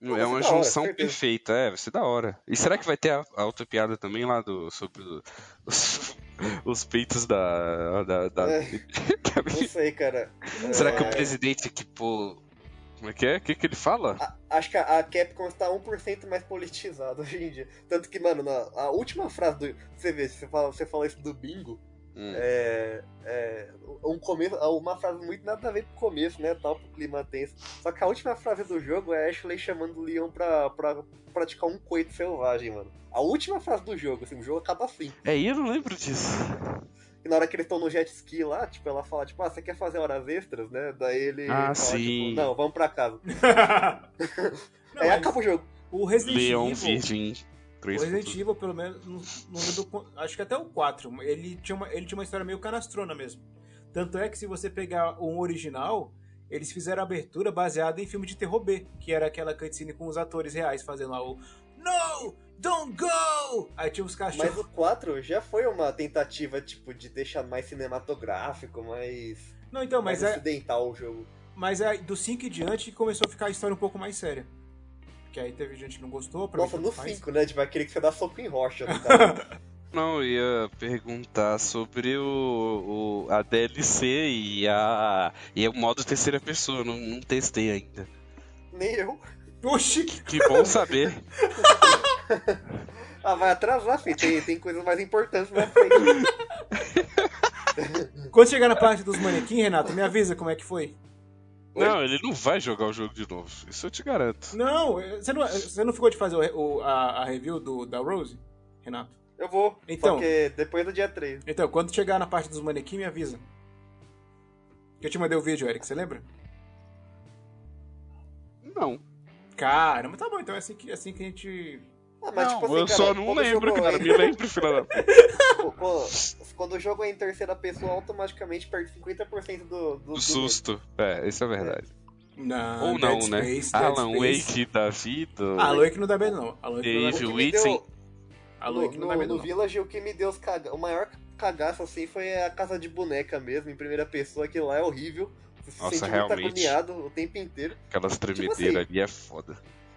Speaker 3: Não, vai
Speaker 2: é
Speaker 3: ser
Speaker 2: uma
Speaker 3: da hora,
Speaker 2: junção
Speaker 3: certeza.
Speaker 2: perfeita, é, vai ser da hora. E será que vai ter a, a outra piada também lá do sobre o- os, os peitos da da, da-
Speaker 3: É. Não sei, cara.
Speaker 2: tá Será que
Speaker 3: É,
Speaker 2: o presidente que pô, como é que é? O que que ele fala?
Speaker 3: a- Acho que a a Capcom está 1% mais politizada hoje em dia. Tanto que, mano, na, a última frase do. Você vê, você fala, você fala isso do bingo,
Speaker 2: Hum.
Speaker 3: é, é, um começo, uma frase muito nada a ver com o começo, né? Tal, pro clima tenso. Só que a última frase do jogo é a Ashley chamando o Leon pra, pra praticar um coito selvagem, mano. A última frase do jogo, assim, o jogo acaba assim.
Speaker 2: É, eu não lembro disso.
Speaker 3: E na hora que eles estão no jet ski lá, tipo, ela fala, tipo, ah, você quer fazer horas extras, né? Daí ele
Speaker 2: Ah,
Speaker 3: fala,
Speaker 2: sim.
Speaker 3: tipo, não, vamos pra casa.
Speaker 1: Não,
Speaker 3: Aí
Speaker 1: mas
Speaker 3: acaba o jogo.
Speaker 1: o Resident
Speaker 2: Leon
Speaker 1: Evil.
Speaker 2: Virgin.
Speaker 1: O
Speaker 2: Três
Speaker 1: Resident Evil, pelo menos, no, no do, qu- acho que até o 4, ele tinha, uma, ele tinha uma história meio canastrona mesmo. Tanto é que se você pegar um original, eles fizeram a abertura baseada em filme de terror B, que era aquela cutscene com os atores reais fazendo lá o No! Don't go! Aí tinha os
Speaker 3: Mas
Speaker 1: cachorros.
Speaker 3: o 4 já foi uma tentativa, tipo, de deixar mais cinematográfico, mais,
Speaker 1: Não, então, mas,
Speaker 3: mais
Speaker 1: é,
Speaker 3: ocidental o jogo.
Speaker 1: mas é do 5 em diante que começou a ficar a história um pouco mais séria. Que aí teve gente que não gostou, pra mim
Speaker 3: Nossa, no
Speaker 1: tanto faz.
Speaker 3: 5, né? Tipo, aquele que você dá soco em rocha, cara.
Speaker 2: Não, eu ia perguntar sobre o, o- a DLC e, a, e o modo terceira pessoa, eu não, não testei ainda.
Speaker 3: Nem eu.
Speaker 1: Oxi!
Speaker 2: Que bom saber.
Speaker 3: Ah, vai atrasar, filho. Tem, tem coisas mais importantes na frente.
Speaker 1: Quando chegar na parte dos manequins, Renato, me avisa como é que foi.
Speaker 3: Oi?
Speaker 2: Não, ele não vai jogar o jogo de novo, isso eu te garanto.
Speaker 1: Não, eh, você não, você não ficou de fazer o- o- a, a review do, da Rose, Renato?
Speaker 3: Eu vou.
Speaker 1: Então.
Speaker 3: Porque depois do dia 3.
Speaker 1: Então, quando chegar na parte dos manequins, me avisa. Que eu te mandei o vídeo, Eric, você lembra?
Speaker 2: Não.
Speaker 1: Caramba, tá bom, então é assim que, é assim que a gente.
Speaker 3: Ah, mas
Speaker 2: não,
Speaker 3: tipo assim,
Speaker 2: eu
Speaker 3: cara,
Speaker 2: só não
Speaker 3: quando o
Speaker 2: lembro,
Speaker 3: jogo
Speaker 2: cara.
Speaker 3: é-
Speaker 2: Me lembre, filha da puta.
Speaker 3: Pô, pô, Quando o jogo é em terceira pessoa, automaticamente perde 50% do, do,
Speaker 2: Do
Speaker 3: do-
Speaker 2: susto. É, isso é verdade.
Speaker 1: Não,
Speaker 2: Ou não,
Speaker 1: Ah, Dead
Speaker 2: né?
Speaker 1: Space, Dead
Speaker 2: Alan
Speaker 1: Space.
Speaker 2: Wake da vida.
Speaker 1: Alan Wake não dá medo, não. Alan Wake não dá medo.
Speaker 2: Dave-
Speaker 3: O que me deu,
Speaker 2: Whitson.
Speaker 1: Alan
Speaker 3: no,
Speaker 1: Wake não dá
Speaker 3: no,
Speaker 1: medo,
Speaker 3: no
Speaker 1: não.
Speaker 3: Village, o que me deu os caga... o maior cagaço assim foi a casa de boneca mesmo, em primeira pessoa, que lá é horrível. Você se
Speaker 2: Nossa,
Speaker 3: sente muito
Speaker 2: realmente.
Speaker 3: agoniado o tempo inteiro.
Speaker 2: Aquelas tremedeiras
Speaker 3: assim.
Speaker 2: ali é foda.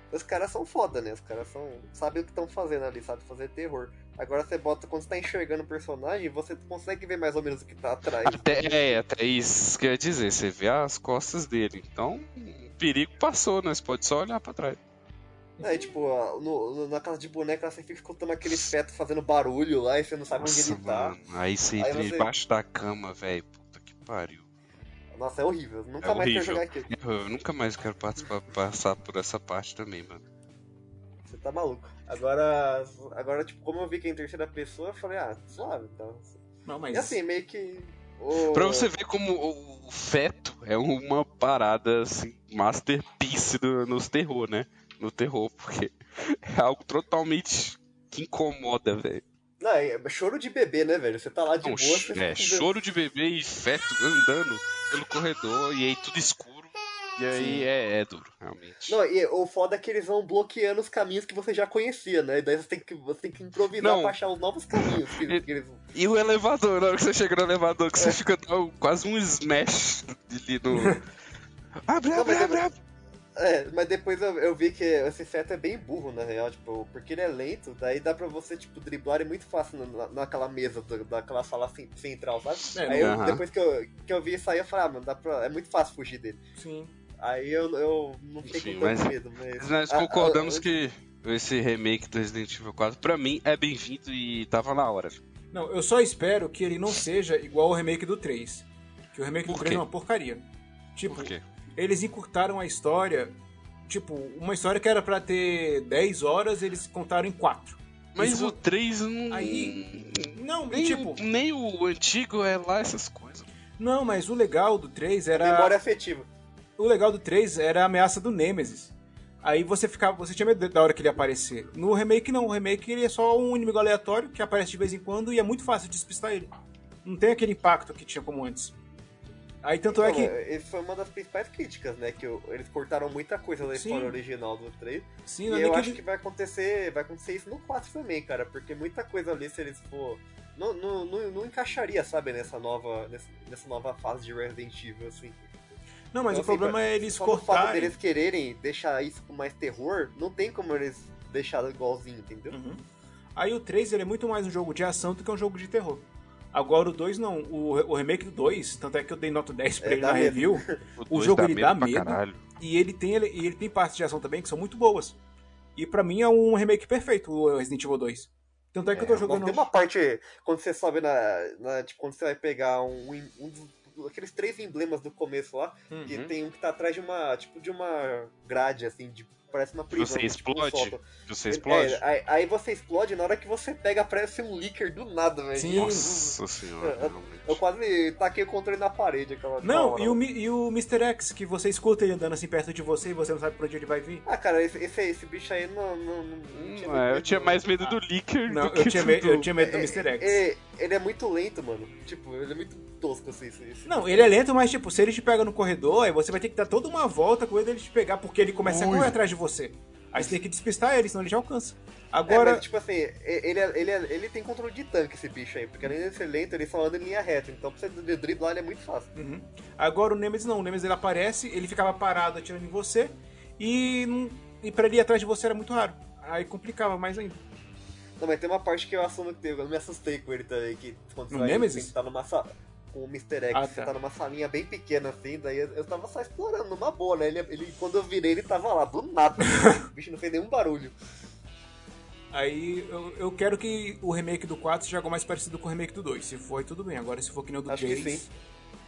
Speaker 3: Os caras são foda, né? Os caras são. sabem o que estão fazendo ali, sabe fazer terror. Agora você bota, quando você tá enxergando o personagem, você consegue ver mais ou menos o que tá atrás.
Speaker 2: Até, é, até isso quer dizer, você vê as costas dele. Então, o perigo passou, né? Você pode só olhar pra trás.
Speaker 3: Aí, tipo, ó, no, no- na casa de boneca você fica escutando aquele feto fazendo barulho lá e você não sabe onde
Speaker 2: Nossa,
Speaker 3: ele tá.
Speaker 2: mano. Aí você
Speaker 3: Aí
Speaker 2: entra
Speaker 3: você-
Speaker 2: debaixo da cama, velho. Puta que pariu.
Speaker 3: Nossa, é horrível. Nunca
Speaker 2: É
Speaker 3: mais quero
Speaker 2: horrível.
Speaker 3: jogar aquilo.
Speaker 2: Eu nunca mais quero participar, passar por essa parte também, mano.
Speaker 3: Você tá maluco. Agora, agora, tipo, como eu vi que é em terceira pessoa, eu falei, ah, suave, então.
Speaker 1: Não, mas.
Speaker 3: E assim, meio que. o-
Speaker 2: Pra você ver como o- o feto é uma parada, assim, masterpiece do, nos terror, né? No terror, porque é algo totalmente que incomoda, velho.
Speaker 3: Não, é choro de bebê, né, velho? Você tá lá de
Speaker 2: Não,
Speaker 3: boa,
Speaker 2: ch-
Speaker 3: você
Speaker 2: é,
Speaker 3: fica-
Speaker 2: choro de bebê e feto andando pelo corredor e aí tudo escuro. E aí é, é duro, realmente.
Speaker 3: Não, e o foda é que eles vão bloqueando os caminhos que você já conhecia, né? E daí você tem que, você tem que improvisar
Speaker 2: Não.
Speaker 3: pra achar os novos caminhos que,
Speaker 2: E-
Speaker 3: que eles
Speaker 2: E o elevador, na hora que você chega no elevador, que você fica dando quase um smash ali no. Abre,
Speaker 3: Não,
Speaker 2: abre,
Speaker 3: mas
Speaker 2: abre, abre.
Speaker 3: É, mas depois eu, eu vi que esse feto é bem burro, na real, tipo, porque ele é lento, daí dá pra você, tipo, driblar ele muito fácil na, naquela mesa, do- daquela sala cen- central, sabe?
Speaker 1: É,
Speaker 3: Aí eu-
Speaker 2: aham.
Speaker 3: depois que eu, que eu vi isso aí, eu falei, ah, mano, dá pra, é muito fácil fugir dele.
Speaker 1: Sim.
Speaker 3: Aí eu, eu não fiquei
Speaker 2: Enfim,
Speaker 3: com tanto
Speaker 2: mas-
Speaker 3: medo, mas...
Speaker 2: Mas né? nós
Speaker 3: Ah, ah,
Speaker 2: concordamos
Speaker 3: ah,
Speaker 2: que esse remake do Resident Evil 4, pra mim, é bem-vindo e tava na hora.
Speaker 1: Não, eu só espero que ele não seja igual ao remake do 3. Que o remake do
Speaker 2: Por
Speaker 1: 3 é
Speaker 2: quê?
Speaker 1: uma porcaria. Tipo,
Speaker 2: Por quê?
Speaker 1: Eles encurtaram a história. Tipo, uma história que era pra ter 10 horas, eles contaram em 4.
Speaker 2: Mas
Speaker 1: Isso-
Speaker 2: o 3 não.
Speaker 1: Aí- Não,
Speaker 2: Nem,
Speaker 1: tipo.
Speaker 2: nem o antigo é lá essas coisas.
Speaker 1: Não, mas o legal do 3 era.
Speaker 3: Memória afetiva.
Speaker 1: O legal do 3 era a ameaça do Nemesis. Aí você ficava, você tinha medo da hora que ele ia aparecer. No remake não, o remake ele é só um inimigo aleatório que aparece de vez em quando e é muito fácil despistar ele. Não tem aquele impacto que tinha como antes. Aí tanto é
Speaker 3: Então,
Speaker 1: que
Speaker 3: eh, Foi uma das principais críticas, né? Que o- eles cortaram muita coisa da
Speaker 1: Sim.
Speaker 3: história original do 3.
Speaker 1: sim,
Speaker 3: E
Speaker 1: não é
Speaker 3: eu
Speaker 1: nem
Speaker 3: acho
Speaker 1: que
Speaker 3: que vai acontecer, vai acontecer isso no 4 também, cara, porque muita coisa ali, se eles for. Não, não, não, não encaixaria, sabe, nessa nova, nessa, nessa nova fase de Resident Evil, assim.
Speaker 1: Não, mas
Speaker 3: Então,
Speaker 1: o
Speaker 3: assim,
Speaker 1: problema é eles
Speaker 3: Só o fato
Speaker 1: cortarem.
Speaker 3: deles quererem deixar isso com mais terror, não tem como eles deixarem igualzinho, entendeu?
Speaker 1: Uhum. Aí o 3 ele é muito mais um jogo de ação do que um jogo de terror. Agora o 2 não, o, o remake do 2, tanto é que eu dei nota 10 pra
Speaker 3: É,
Speaker 1: ele
Speaker 3: dá
Speaker 1: na
Speaker 3: medo.
Speaker 1: review. O
Speaker 2: dois
Speaker 1: jogo, ele dá
Speaker 2: pra
Speaker 1: medo.
Speaker 2: caralho.
Speaker 1: E ele tem, ele, ele tem partes de ação também que são muito boas. E pra mim é um remake perfeito, o Resident Evil 2. Tanto é que eu tô
Speaker 3: É,
Speaker 1: jogando.
Speaker 3: Tem uma parte quando você sobe na. na- tipo, quando você vai pegar um, em- um dos- aqueles três emblemas do começo lá,
Speaker 1: Uhum.
Speaker 3: que tem um que tá atrás de uma. Tipo, de uma grade, assim, de, parece uma prisão.
Speaker 2: Você
Speaker 3: tipo, um
Speaker 2: explode?
Speaker 3: sótão.
Speaker 2: Você
Speaker 3: É,
Speaker 2: explode?
Speaker 3: aí, aí você explode, na hora que você pega, aparece um leaker do nada, velho.
Speaker 1: Sim.
Speaker 2: Nossa senhora, realmente.
Speaker 3: Eu quase taquei o controle na parede aquela
Speaker 1: Não,
Speaker 3: aquela
Speaker 1: e o,
Speaker 3: hora. né?
Speaker 1: Mi- e o Mr. X, que você escuta ele andando assim perto de você e você não sabe pra onde ele vai vir.
Speaker 3: Ah, cara, esse, esse, esse bicho aí não. não, não- não
Speaker 2: Hum,
Speaker 3: tinha
Speaker 2: é, eu
Speaker 3: medo,
Speaker 2: tinha
Speaker 3: não.
Speaker 2: mais medo do Licker
Speaker 1: Não,
Speaker 2: do que
Speaker 1: eu tinha, me-
Speaker 2: do...
Speaker 1: eu tinha medo do Mr. X.
Speaker 3: Ele, ele é muito lento, mano. Tipo, ele é muito tosco assim. Esse, esse-
Speaker 1: Não, ele é lento, mas tipo, se ele te pega no corredor, aí você vai ter que dar toda uma volta com ele ele te pegar, porque ele começa a correr atrás de você. Aí você tem que despistar ele, senão ele já alcança.
Speaker 3: É,
Speaker 1: Agora.
Speaker 3: mas, tipo assim, e- ele, é- ele, é- ele tem controle de tanque, esse bicho aí. Porque além de ser lento, ele só anda em linha reta. Então pra você driblar, ele é muito fácil.
Speaker 1: Uhum. Agora o Nemesis não, o Nemesis ele aparece, ele ficava parado atirando em você e, não- e pra ele ir atrás de você era muito raro. Aí complicava mais ainda.
Speaker 3: Não, mas tem uma parte que eu assumo que teve, eu me assustei com ele também, que quando
Speaker 1: No
Speaker 3: vai-
Speaker 1: Nemesis?
Speaker 3: você tá numa sala. Com o Mr. X,
Speaker 1: Ah,
Speaker 3: você
Speaker 1: tá.
Speaker 3: tá numa salinha bem pequena assim, daí eu, eu tava só explorando numa boa, né? Ele, ele- quando eu virei, ele tava lá, do nada. assim, o bicho não fez nenhum barulho.
Speaker 1: Aí eu, eu quero que o remake do 4 seja algo mais parecido com o remake do 2. Se for, aí tudo bem. Agora se for que nem o do
Speaker 3: Acho que
Speaker 1: 3,
Speaker 3: sim.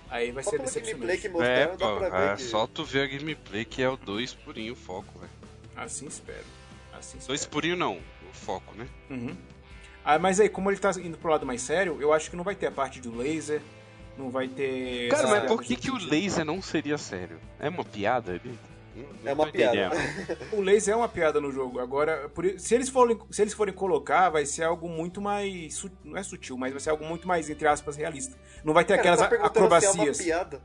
Speaker 1: aí vai
Speaker 3: Só
Speaker 1: ser
Speaker 3: pelo gameplay
Speaker 1: decepcionante.
Speaker 3: que mostraram,
Speaker 2: É,
Speaker 3: dá
Speaker 2: pô,
Speaker 3: pra ver
Speaker 2: é,
Speaker 3: que.
Speaker 2: só tu ver a gameplay que é o 2 purinho o foco, velho.
Speaker 1: Assim espero. Assim espero.
Speaker 2: 2 purinho não, o foco, né?
Speaker 1: Uhum. Ah, mas aí, como ele tá indo pro lado mais sério, eu acho que não vai ter a parte do laser, não vai ter...
Speaker 2: Cara,
Speaker 1: essa-
Speaker 2: mas por que, que o laser não seria sério? É uma piada ali? Não- não
Speaker 3: É uma
Speaker 2: tô
Speaker 3: piada.
Speaker 2: entendendo.
Speaker 1: O laser é uma piada no jogo. Agora, por i- se eles forem, se eles forem colocar, vai ser algo muito mais. su- Não é sutil, mas vai ser algo muito mais, entre aspas, realista. Não vai ter
Speaker 3: Cara,
Speaker 1: aquelas
Speaker 3: tá
Speaker 1: a-
Speaker 3: perguntando se é uma
Speaker 1: acrobacias.
Speaker 3: piada.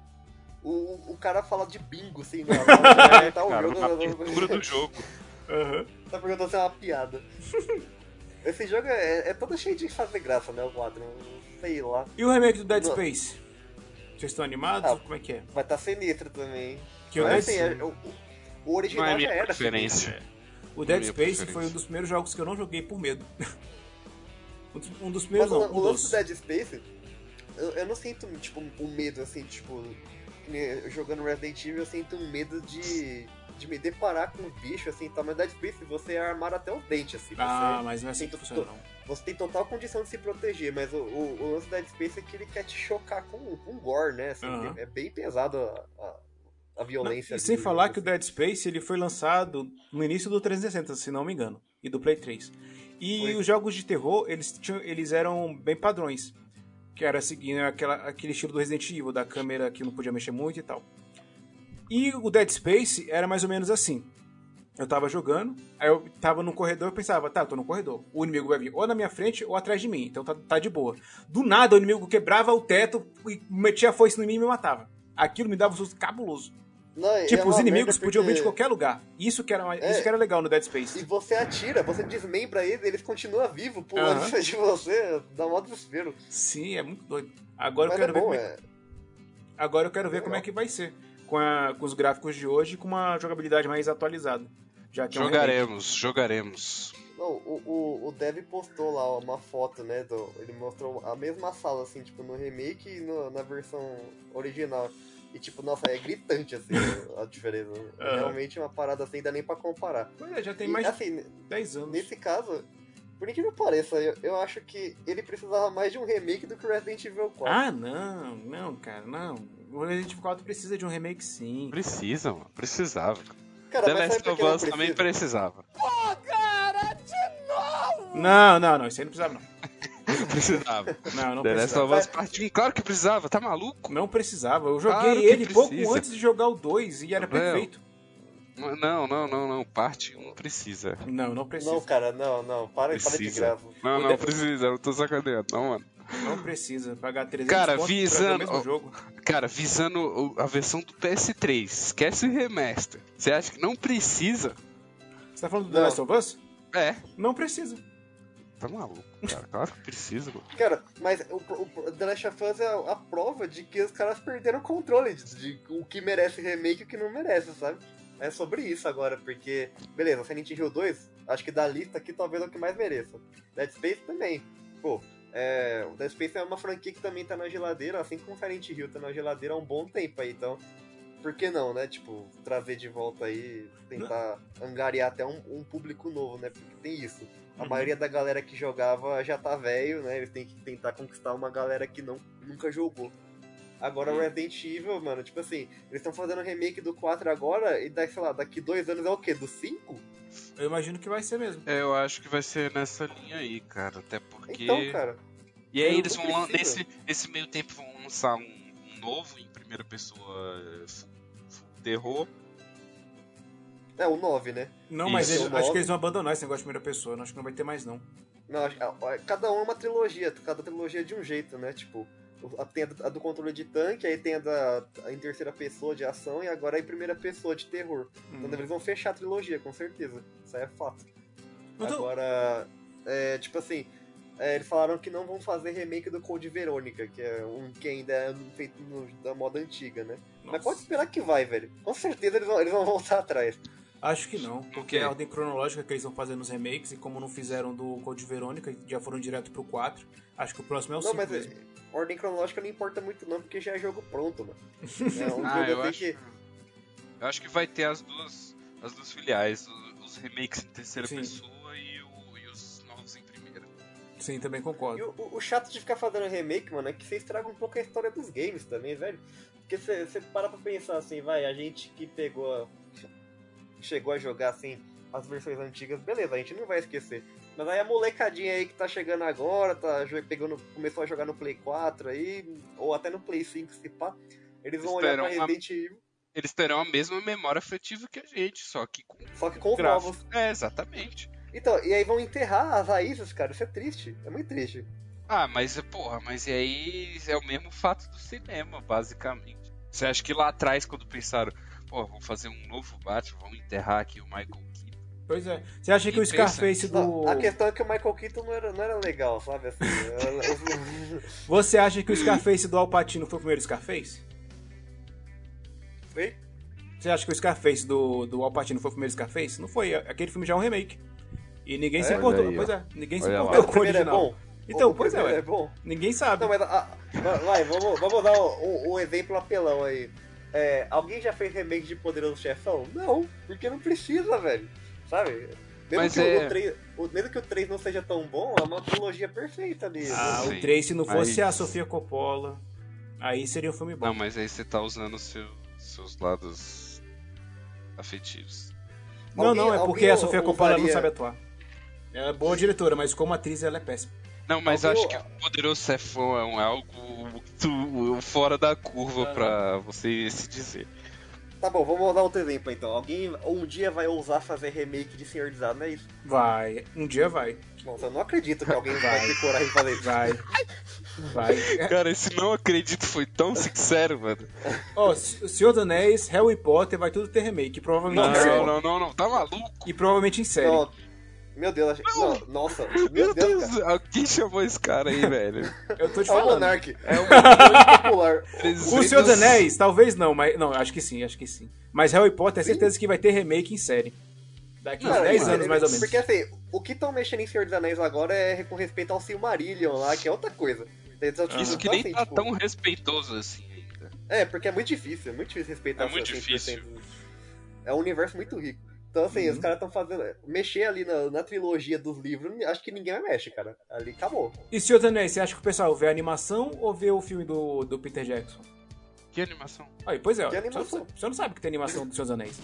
Speaker 3: O, o- o cara fala de bingo, assim, na hora tá o
Speaker 2: Cara,
Speaker 3: jogo.
Speaker 2: na abertura do jogo.
Speaker 1: Aham.
Speaker 3: Tá perguntando se é uma piada. Esse jogo é, é todo cheio de fazer graça, né? O 4. Sei lá.
Speaker 1: E o remake do Dead
Speaker 3: Não.
Speaker 1: Space? Vocês estão animados?
Speaker 3: Ah.
Speaker 1: Como é que é?
Speaker 3: Vai tá sinistro também.
Speaker 1: Que o,
Speaker 3: Mas,
Speaker 1: Dead,
Speaker 3: assim, é- o, o
Speaker 2: Não
Speaker 3: original
Speaker 2: é
Speaker 3: já
Speaker 2: minha
Speaker 3: era. assim.
Speaker 2: preferência.
Speaker 1: o Dead
Speaker 2: minha
Speaker 1: Space
Speaker 2: preferência.
Speaker 1: foi um dos primeiros jogos que eu não joguei por medo. Um dos- um dos
Speaker 3: Mas
Speaker 1: primeiros,
Speaker 3: o,
Speaker 1: não.
Speaker 3: o
Speaker 1: Um
Speaker 3: lance do
Speaker 1: dos.
Speaker 3: Dead Space, eu, eu não sinto, tipo, um medo, assim, tipo... que nem Jogando Resident Evil, eu sinto um medo de, de me deparar com um bicho, assim, tá? Mas Dead Space, você é armado até os dentes, assim.
Speaker 1: Ah, mas não é assim
Speaker 3: Tem
Speaker 1: que
Speaker 3: to-
Speaker 1: funciona, não.
Speaker 3: Você tem total condição de se proteger, mas o, o, o lance do Dead Space é que ele quer te chocar com, com gore, né? Assim,
Speaker 1: Aham.
Speaker 3: É bem pesado a, a, a
Speaker 1: Não, E
Speaker 3: violência. ali
Speaker 1: sem
Speaker 3: do
Speaker 1: falar
Speaker 3: jogo,
Speaker 1: que o
Speaker 3: assim.
Speaker 1: Dead Space ele foi lançado no início do 360, se não me engano, e do Play 3. E
Speaker 3: Foi.
Speaker 1: os jogos de terror, eles, tinham, eles eram bem padrões. Que era seguindo aquela, aquele estilo do Resident Evil, da câmera que não podia mexer muito e tal. E o Dead Space era mais ou menos assim. Eu tava jogando, aí eu tava no corredor e pensava, tá, eu tô no corredor. O inimigo vai vir ou na minha frente ou atrás de mim, então tá, tá de boa. Do nada o inimigo quebrava o teto e metia a foice em mim e me matava. Aquilo me dava um susto cabuloso.
Speaker 3: Não, é
Speaker 1: Tipo,
Speaker 3: uma
Speaker 1: os inimigos
Speaker 3: merda
Speaker 1: podiam vir de
Speaker 3: porque-
Speaker 1: qualquer lugar. Isso que era,
Speaker 3: É.
Speaker 1: isso que era legal no Dead
Speaker 3: E
Speaker 1: Space.
Speaker 3: você atira, você desmembra eles, eles continuam vivos pulando
Speaker 1: Aham.
Speaker 3: em cima de você, dá mó desespero.
Speaker 1: Sim, é muito doido. Agora eu
Speaker 3: Mas
Speaker 1: quero
Speaker 3: é
Speaker 1: ver,
Speaker 3: bom,
Speaker 1: como é,
Speaker 3: é.
Speaker 1: agora eu quero ver
Speaker 3: Legal.
Speaker 1: como é que vai ser. Com, a- com os gráficos de hoje e com uma jogabilidade mais atualizada. Já
Speaker 2: Então,
Speaker 1: que é um remake.
Speaker 2: Jogaremos, jogaremos.
Speaker 3: Não, o, o, o Dev postou lá uma foto, né? do- ele mostrou a mesma sala, assim, tipo, no remake e no- na versão original. E tipo, nossa, é gritante assim a diferença. É
Speaker 1: Aham.
Speaker 3: realmente uma parada assim, dá nem pra comparar.
Speaker 1: Pois é, já tem
Speaker 3: E,
Speaker 1: mais de
Speaker 3: assim,
Speaker 1: 10 anos.
Speaker 3: Nesse caso, por incrível que pareça, eu, eu acho que ele precisava mais de um remake do que o Resident Evil 4.
Speaker 1: Ah, não, não, cara, não. O Resident Evil 4 precisa de um remake, sim.
Speaker 2: Precisa, mano. Precisava.
Speaker 3: Cara,
Speaker 2: Ah, The
Speaker 3: mas sabe
Speaker 2: Last
Speaker 3: por
Speaker 2: of
Speaker 3: que não
Speaker 2: Us
Speaker 3: precisa?
Speaker 2: também precisava.
Speaker 1: Não, não, não. Isso aí não precisava, não.
Speaker 2: precisava.
Speaker 1: Não, não
Speaker 2: The Last
Speaker 1: precisava.
Speaker 2: of Us Part 1, claro que precisava, tá maluco?
Speaker 1: Não precisava. Eu joguei
Speaker 2: Claro que
Speaker 1: ele pouco
Speaker 2: precisa.
Speaker 1: antes de jogar o 2 e era
Speaker 2: Não. é?
Speaker 1: perfeito.
Speaker 2: Não, não, não, não. Parte 1 precisa.
Speaker 1: Não, não precisa.
Speaker 3: Não, cara, não, não. Para, para de
Speaker 2: Precisa.
Speaker 3: graça.
Speaker 2: Não,
Speaker 1: O
Speaker 2: não
Speaker 1: The-
Speaker 2: precisa, eu não tô sacaneando, não, mano.
Speaker 1: Não precisa pagar 300
Speaker 2: Cara,
Speaker 1: conto pra
Speaker 2: visando-
Speaker 1: jogar o mesmo jogo.
Speaker 2: Cara, visando o- a versão do PS3, esquece o remaster. Você acha que não precisa?
Speaker 1: Você tá falando do The
Speaker 3: Não.
Speaker 1: Last of Us?
Speaker 2: É,
Speaker 1: Não precisa.
Speaker 2: tá maluco, cara. Claro que precisa, mano.
Speaker 3: Cara, mas o, o- o The Last of Us é a prova de que os caras perderam o controle de, de o que merece remake e o que não merece, sabe? É sobre isso agora, porque, beleza, Silent Hill 2, acho que da lista aqui talvez é o que mais mereça. Dead Space também. Pô, é, o Dead Space é uma franquia que também tá na geladeira, assim como Silent Hill tá na geladeira há um bom tempo aí, então. Por que não, né? Tipo, trazer de volta aí, tentar angariar até um, um público novo, né? Porque tem isso. A
Speaker 1: Uhum.
Speaker 3: maioria da galera que jogava já tá velho, né? Eles têm que tentar conquistar uma galera que não, nunca jogou. Agora o Resident Evil, mano, tipo assim, eles estão fazendo remake do 4 agora e daí, sei lá, daqui dois anos é o quê? Do 5?
Speaker 1: Eu imagino que vai ser mesmo.
Speaker 2: É, Eu acho que vai ser nessa linha aí, cara. Até porque.
Speaker 3: Então, cara.
Speaker 2: E aí
Speaker 3: Eu
Speaker 2: eles
Speaker 3: não
Speaker 2: vão lan-
Speaker 3: precisa.
Speaker 2: nesse, nesse meio tempo vão lançar um, um novo em primeira pessoa eh, full, full terror.
Speaker 3: É o 9, né?
Speaker 1: Não, mas
Speaker 2: Isso.
Speaker 1: eles- acho que eles vão abandonar esse negócio de primeira pessoa. Não, acho que não vai ter mais, não.
Speaker 3: Não, acho- a- a- cada um é uma trilogia, cada trilogia é de um jeito, né? Tipo, o- a- tem a do- a do controle de tanque, aí tem a, da, a em terceira pessoa de ação e agora é em primeira pessoa de terror. Então
Speaker 1: Hum.
Speaker 3: eles vão fechar a trilogia, com certeza. Isso aí é fato.
Speaker 1: Não tô-
Speaker 3: Agora, é, tipo assim, é, eles falaram que não vão fazer remake do Code Verônica, que é um que ainda é feito no- da moda antiga, né?
Speaker 1: Nossa.
Speaker 3: Mas pode esperar que vai, velho. Com certeza eles vão, eles vão voltar atrás.
Speaker 1: Acho que não, porque
Speaker 2: quê?
Speaker 1: é a ordem cronológica que eles vão fazer nos remakes, e como não fizeram do Code Verônica, já foram direto pro 4, acho que o próximo é o
Speaker 3: não,
Speaker 1: 5
Speaker 3: mas
Speaker 1: mesmo.
Speaker 3: é, ordem cronológica não importa muito não, porque já é jogo pronto, mano. É um
Speaker 2: Ah,
Speaker 3: jogo
Speaker 2: eu
Speaker 3: assim
Speaker 2: acho,
Speaker 3: que...
Speaker 2: eu acho que vai ter as duas, as duas filiais, o- os remakes em terceira
Speaker 1: Sim.
Speaker 2: pessoa e, o- e os novos em primeira.
Speaker 1: Sim, também
Speaker 3: E
Speaker 1: concordo.
Speaker 3: o, o- o chato de ficar fazendo remake, mano, é que você estraga um pouco a história dos games também, velho. Porque você você para pra pensar assim, vai, a gente que pegou. chegou a jogar assim as versões antigas, beleza, a gente não vai esquecer. Mas aí a molecadinha aí que tá chegando agora, tá jo- pegando, começou a jogar no Play 4 aí, ou até no Play 5 se pá, eles vão olhar pra
Speaker 2: Esperam uma-
Speaker 3: Resident Evil,
Speaker 2: Eles terão a mesma memória afetiva que a gente, só que com
Speaker 3: só que com os
Speaker 2: gráfico.
Speaker 3: novos.
Speaker 2: É, exatamente.
Speaker 3: Então, e aí vão enterrar as raízes, cara, isso é triste, é muito triste.
Speaker 2: Ah, mas porra, mas e aí é o mesmo fato do cinema, basicamente. Você acha que lá atrás, quando pensaram, pô, vamos fazer um novo Batman, vamos enterrar aqui o Michael Keaton.
Speaker 1: Pois é. Você acha que
Speaker 2: E
Speaker 1: o Scarface do.
Speaker 3: Não, a questão é que o Michael Keaton não era, não era legal, sabe? Assim, eu- eu-
Speaker 1: Você acha que o Scarface do Alpatino foi o primeiro Scarface?
Speaker 3: Ei,
Speaker 1: Você acha que o Scarface do, do Alpatino foi o primeiro Scarface? Não foi. Aquele filme já é um remake. E ninguém se
Speaker 3: É?
Speaker 1: importou.
Speaker 2: Olha aí, ó.
Speaker 1: pois é, ninguém se
Speaker 2: Olha lá.
Speaker 1: importou
Speaker 3: o
Speaker 1: com o
Speaker 3: primeiro é
Speaker 1: original.
Speaker 3: bom.
Speaker 1: Então,
Speaker 3: O- o
Speaker 1: pois é,
Speaker 3: primeiro
Speaker 1: ué.
Speaker 3: é bom.
Speaker 1: Ninguém sabe.
Speaker 3: Não, mas a- a- vai, vamos, vamos dar um, um exemplo apelão aí. É, alguém já fez remake de Poderoso Chefão? Não, porque não precisa, velho. Sabe? Mesmo,
Speaker 2: Mas
Speaker 3: que,
Speaker 2: é-
Speaker 3: o 3, o, mesmo que o 3 não seja tão bom, é uma trilogia perfeita ali.
Speaker 1: Ah,
Speaker 2: Sim,
Speaker 1: o 3, se não fosse
Speaker 2: mas-
Speaker 1: a Sofia Coppola, aí seria um filme bom.
Speaker 2: Não, mas aí você tá usando seu, seus lados afetivos.
Speaker 1: Não,
Speaker 3: Alguém-
Speaker 1: não, é
Speaker 3: alguém
Speaker 1: porque a Sofia
Speaker 3: u-
Speaker 1: Coppola ela não
Speaker 3: usaria-
Speaker 1: sabe atuar. Ela é boa diretora, mas como atriz ela é péssima.
Speaker 2: Não, mas
Speaker 3: Alguém-
Speaker 2: acho que o Poderoso Chefão é um- é algo muito fora da curva pra você se dizer.
Speaker 3: Tá bom, vamos dar outro exemplo então. Alguém um dia vai ousar fazer remake de Senhor dos Anéis?
Speaker 1: Vai, um dia vai,
Speaker 3: Nossa, eu não acredito que alguém vai
Speaker 1: Vai.
Speaker 3: ter coragem de fazer isso.
Speaker 1: vai, vai.
Speaker 2: Cara, esse não acredito foi tão sincero, mano.
Speaker 1: Ó, S- Senhor dos Anéis, Harry Potter, vai tudo ter remake, provavelmente
Speaker 2: Não,
Speaker 1: em série.
Speaker 2: não, não, não, tá maluco?
Speaker 1: E provavelmente em série.
Speaker 3: Não, meu Deus, achei...
Speaker 2: Não.
Speaker 3: não, nossa, meu
Speaker 2: Meu
Speaker 3: Deus, cara.
Speaker 2: Deus, quem chamou esse cara aí, velho?
Speaker 1: Eu tô te
Speaker 3: É o
Speaker 1: falando.
Speaker 3: Monark. É um muito popular.
Speaker 1: O Senhor dos Anéis, talvez não, mas. Não, acho que sim, acho que sim. Mas Harry Potter, é certeza que vai ter remake em série. Daqui uns
Speaker 3: Cara,
Speaker 1: 10
Speaker 3: isso-
Speaker 1: anos, mais ou menos.
Speaker 3: Porque assim, o que estão mexendo em Senhor dos Anéis agora é com respeito ao Silmarillion lá, que é outra coisa. Então, tipo,
Speaker 2: Isso que
Speaker 3: então,
Speaker 2: nem
Speaker 3: assim,
Speaker 2: tá
Speaker 3: tipo,
Speaker 2: tão respeitoso assim ainda.
Speaker 3: É, porque é muito difícil, é muito difícil respeitar
Speaker 2: É muito
Speaker 3: 100%. É um universo muito rico. Então, assim,
Speaker 1: Uhum.
Speaker 3: os caras estão fazendo. Mexer ali na, na trilogia dos livros, acho que ninguém mais mexe, cara. Ali acabou.
Speaker 1: E Senhor dos Anéis, você acha que o pessoal vê a animação ou vê o filme do, do Peter Jackson?
Speaker 2: Que animação.
Speaker 1: Aí, pois é,
Speaker 3: Que
Speaker 1: ó,
Speaker 3: animação.
Speaker 1: Você, você não sabe que tem animação dos Seus Anéis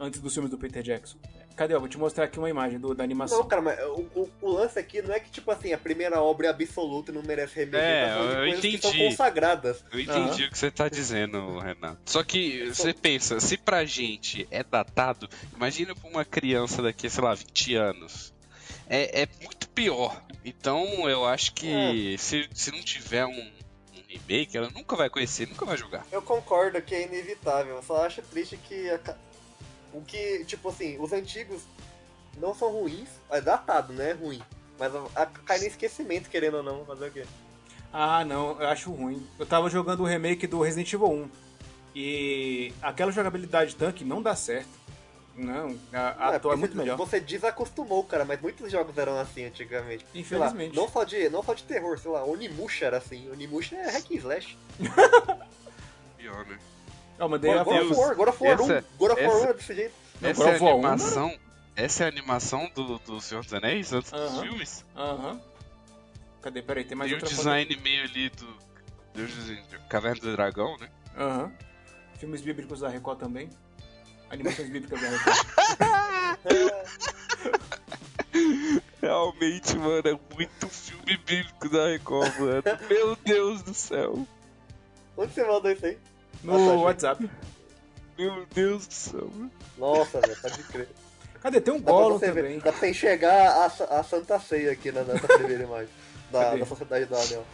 Speaker 1: antes dos filmes do Peter Jackson. Cadê? Eu vou te mostrar aqui uma imagem do- da animação.
Speaker 3: Não, cara, mas eh, o, o- o lance aqui não é que, tipo assim, a primeira obra é absoluta e não merece remexer.
Speaker 2: É,
Speaker 3: tá falando de
Speaker 2: eu
Speaker 3: coisas que são
Speaker 2: entendi.
Speaker 3: consagradas.
Speaker 2: Eu entendi o que você tá dizendo, Renato. Só que você pensa, se pra gente é datado, imagina pra uma criança daqui, sei lá, 20 anos. É, é muito pior. Então eu acho
Speaker 3: É.
Speaker 2: que se, se não tiver um, um remake, ela nunca vai conhecer, nunca vai jogar.
Speaker 3: Eu concordo que é inevitável, eu só acho triste que a ca- o que, tipo assim, os antigos não são ruins, é datado, né? É ruim. Mas a, a, cai no esquecimento, querendo ou não, fazer o quê?
Speaker 1: Ah, não, eu acho ruim. Eu tava jogando o remake do Resident Evil 1 e aquela jogabilidade tanque não dá certo. Não,
Speaker 2: Ah,
Speaker 1: a, a atual
Speaker 3: Não,
Speaker 1: é
Speaker 3: porque
Speaker 1: muito
Speaker 3: você-
Speaker 1: melhor.
Speaker 3: Você desacostumou, cara, mas muitos jogos eram assim antigamente. Sei lá,
Speaker 1: Infelizmente.
Speaker 3: não só de, não só de terror, sei lá, Onimusha era assim. Onimusha é hack and slash.
Speaker 2: Pior, né?
Speaker 1: Eu mandei a
Speaker 3: God of
Speaker 2: Deus.
Speaker 1: foto.
Speaker 3: War, God of War
Speaker 2: Essa-
Speaker 3: 1, God of War
Speaker 2: essa-
Speaker 3: 1 é desse jeito.
Speaker 1: Não,
Speaker 2: essa,
Speaker 1: God
Speaker 2: é
Speaker 1: of War
Speaker 2: a
Speaker 1: 1, né?
Speaker 2: animação, essa é a animação do, do Senhor dos Anéis antes dos
Speaker 1: Aham.
Speaker 2: filmes?
Speaker 1: Aham. Cadê? Peraí, tem mais
Speaker 2: Tem o
Speaker 1: outra foto.
Speaker 2: design meio ali do. Deus do Caverna do Dragão, né?
Speaker 1: Aham. Filmes bíblicos da Record também. Animações bíblicas da Record.
Speaker 2: Realmente, mano, é muito filme bíblico da Record, mano. Meu Deus do céu.
Speaker 3: Onde você mandou isso aí?
Speaker 1: No
Speaker 3: Nossa, gente.
Speaker 1: WhatsApp.
Speaker 2: Meu Deus do céu. mano.
Speaker 3: Nossa, velho, pode crer.
Speaker 1: Cadê? Tem um
Speaker 3: Dá pra
Speaker 1: Gollum
Speaker 3: você ver,
Speaker 1: também.
Speaker 3: dá pra você enxergar a, sa- a Santa Ceia aqui na, nessa primeira imagem. Da,
Speaker 1: Cadê?
Speaker 3: da Sociedade do Anel.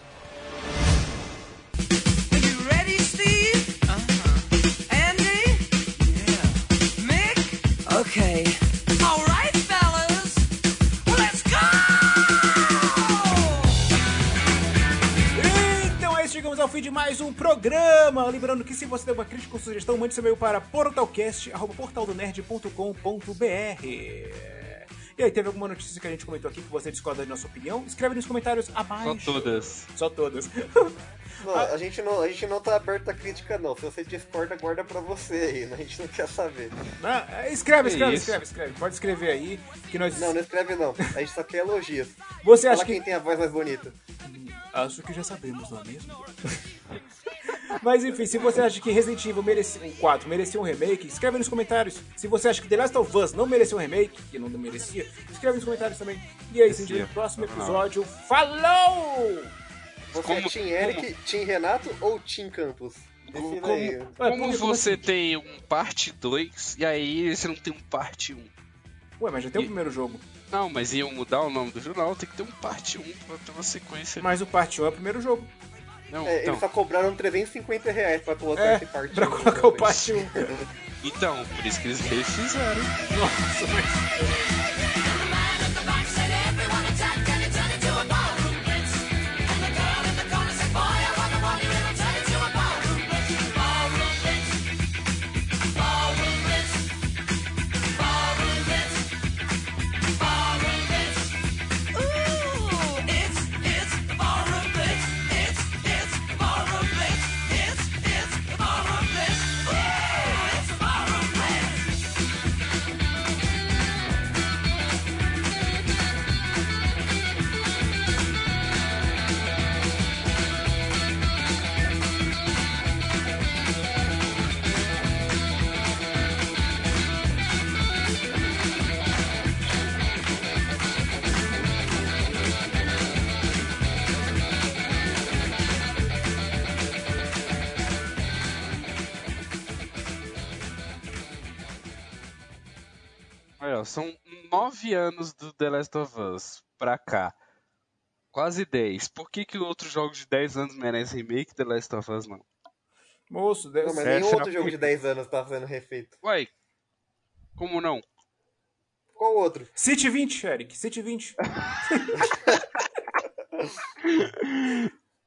Speaker 9: Okay. All right, fellas. Let's go!
Speaker 1: Então é isso, chegamos ao fim de mais um programa. Lembrando que se você tem uma crítica ou sugestão, mande seu e-mail para portalcast.portaldonerd.com.br E aí, teve alguma notícia que a gente comentou aqui que você discorda da nossa opinião? Escreve nos comentários
Speaker 2: Só
Speaker 1: abaixo.
Speaker 2: todas.
Speaker 1: Só todas.
Speaker 3: Não, a gente não, a gente não tá aberto a crítica, não. Se você discorda, guarda pra você aí, né? A gente não quer saber.
Speaker 1: Ah, escreve,
Speaker 2: Que
Speaker 1: escreve,
Speaker 2: isso.
Speaker 1: escreve, escreve. Pode escrever aí que nós...
Speaker 3: Não, é não escreve não. A gente só quer elogios.
Speaker 1: Você acha
Speaker 3: Fala
Speaker 1: que...
Speaker 3: quem tem a voz mais bonita.
Speaker 1: Acho que já sabemos, não é mesmo? Mas enfim, se você acha que Resident Evil merecia, 4 merecia um remake, escreve nos comentários. Se você acha que The Last of Us não merecia um remake, que não merecia, escreve nos comentários também. E aí, se a gente vê no próximo episódio. Falou!
Speaker 3: Você é
Speaker 2: Como-
Speaker 3: Tim Eric, Tim Renato ou Tim Campos? Decida aí.
Speaker 2: Como, como você tem um parte 2 e aí você não tem um parte 1?
Speaker 1: Ué, mas já tem o
Speaker 2: E-
Speaker 1: primeiro jogo.
Speaker 2: Não, mas iam mudar o nome do jornal, tem que ter um parte 1 pra ter uma sequência.
Speaker 1: Mas o Part 1 é o primeiro jogo.
Speaker 2: Não,
Speaker 3: É,
Speaker 2: então,
Speaker 3: Eles só cobraram 350 reais pra colocar
Speaker 1: É,
Speaker 3: esse partido.
Speaker 1: pra colocar o um. Part 1.
Speaker 2: então, por isso que eles refizeram.
Speaker 1: Nossa, mas...
Speaker 9: Ooh, it's, it's the ballroom blitz. It's, it's the ballroom blitz. It's, it's the ballroom blitz. Ooh, it's the ballroom blitz.
Speaker 2: Olha, ó, são nove anos do The Last of Us pra cá. Quase 10. Por que que o outro jogo de 10 anos merece remake e The Last of Us não?
Speaker 1: Moço,
Speaker 3: Não,
Speaker 1: Deus.
Speaker 3: mas
Speaker 2: É,
Speaker 3: nenhum
Speaker 2: será
Speaker 3: outro
Speaker 2: que-
Speaker 3: jogo de 10 anos tá sendo refeito.
Speaker 2: Uai, como não?
Speaker 3: Qual outro?
Speaker 1: City 20, Eric. City 20.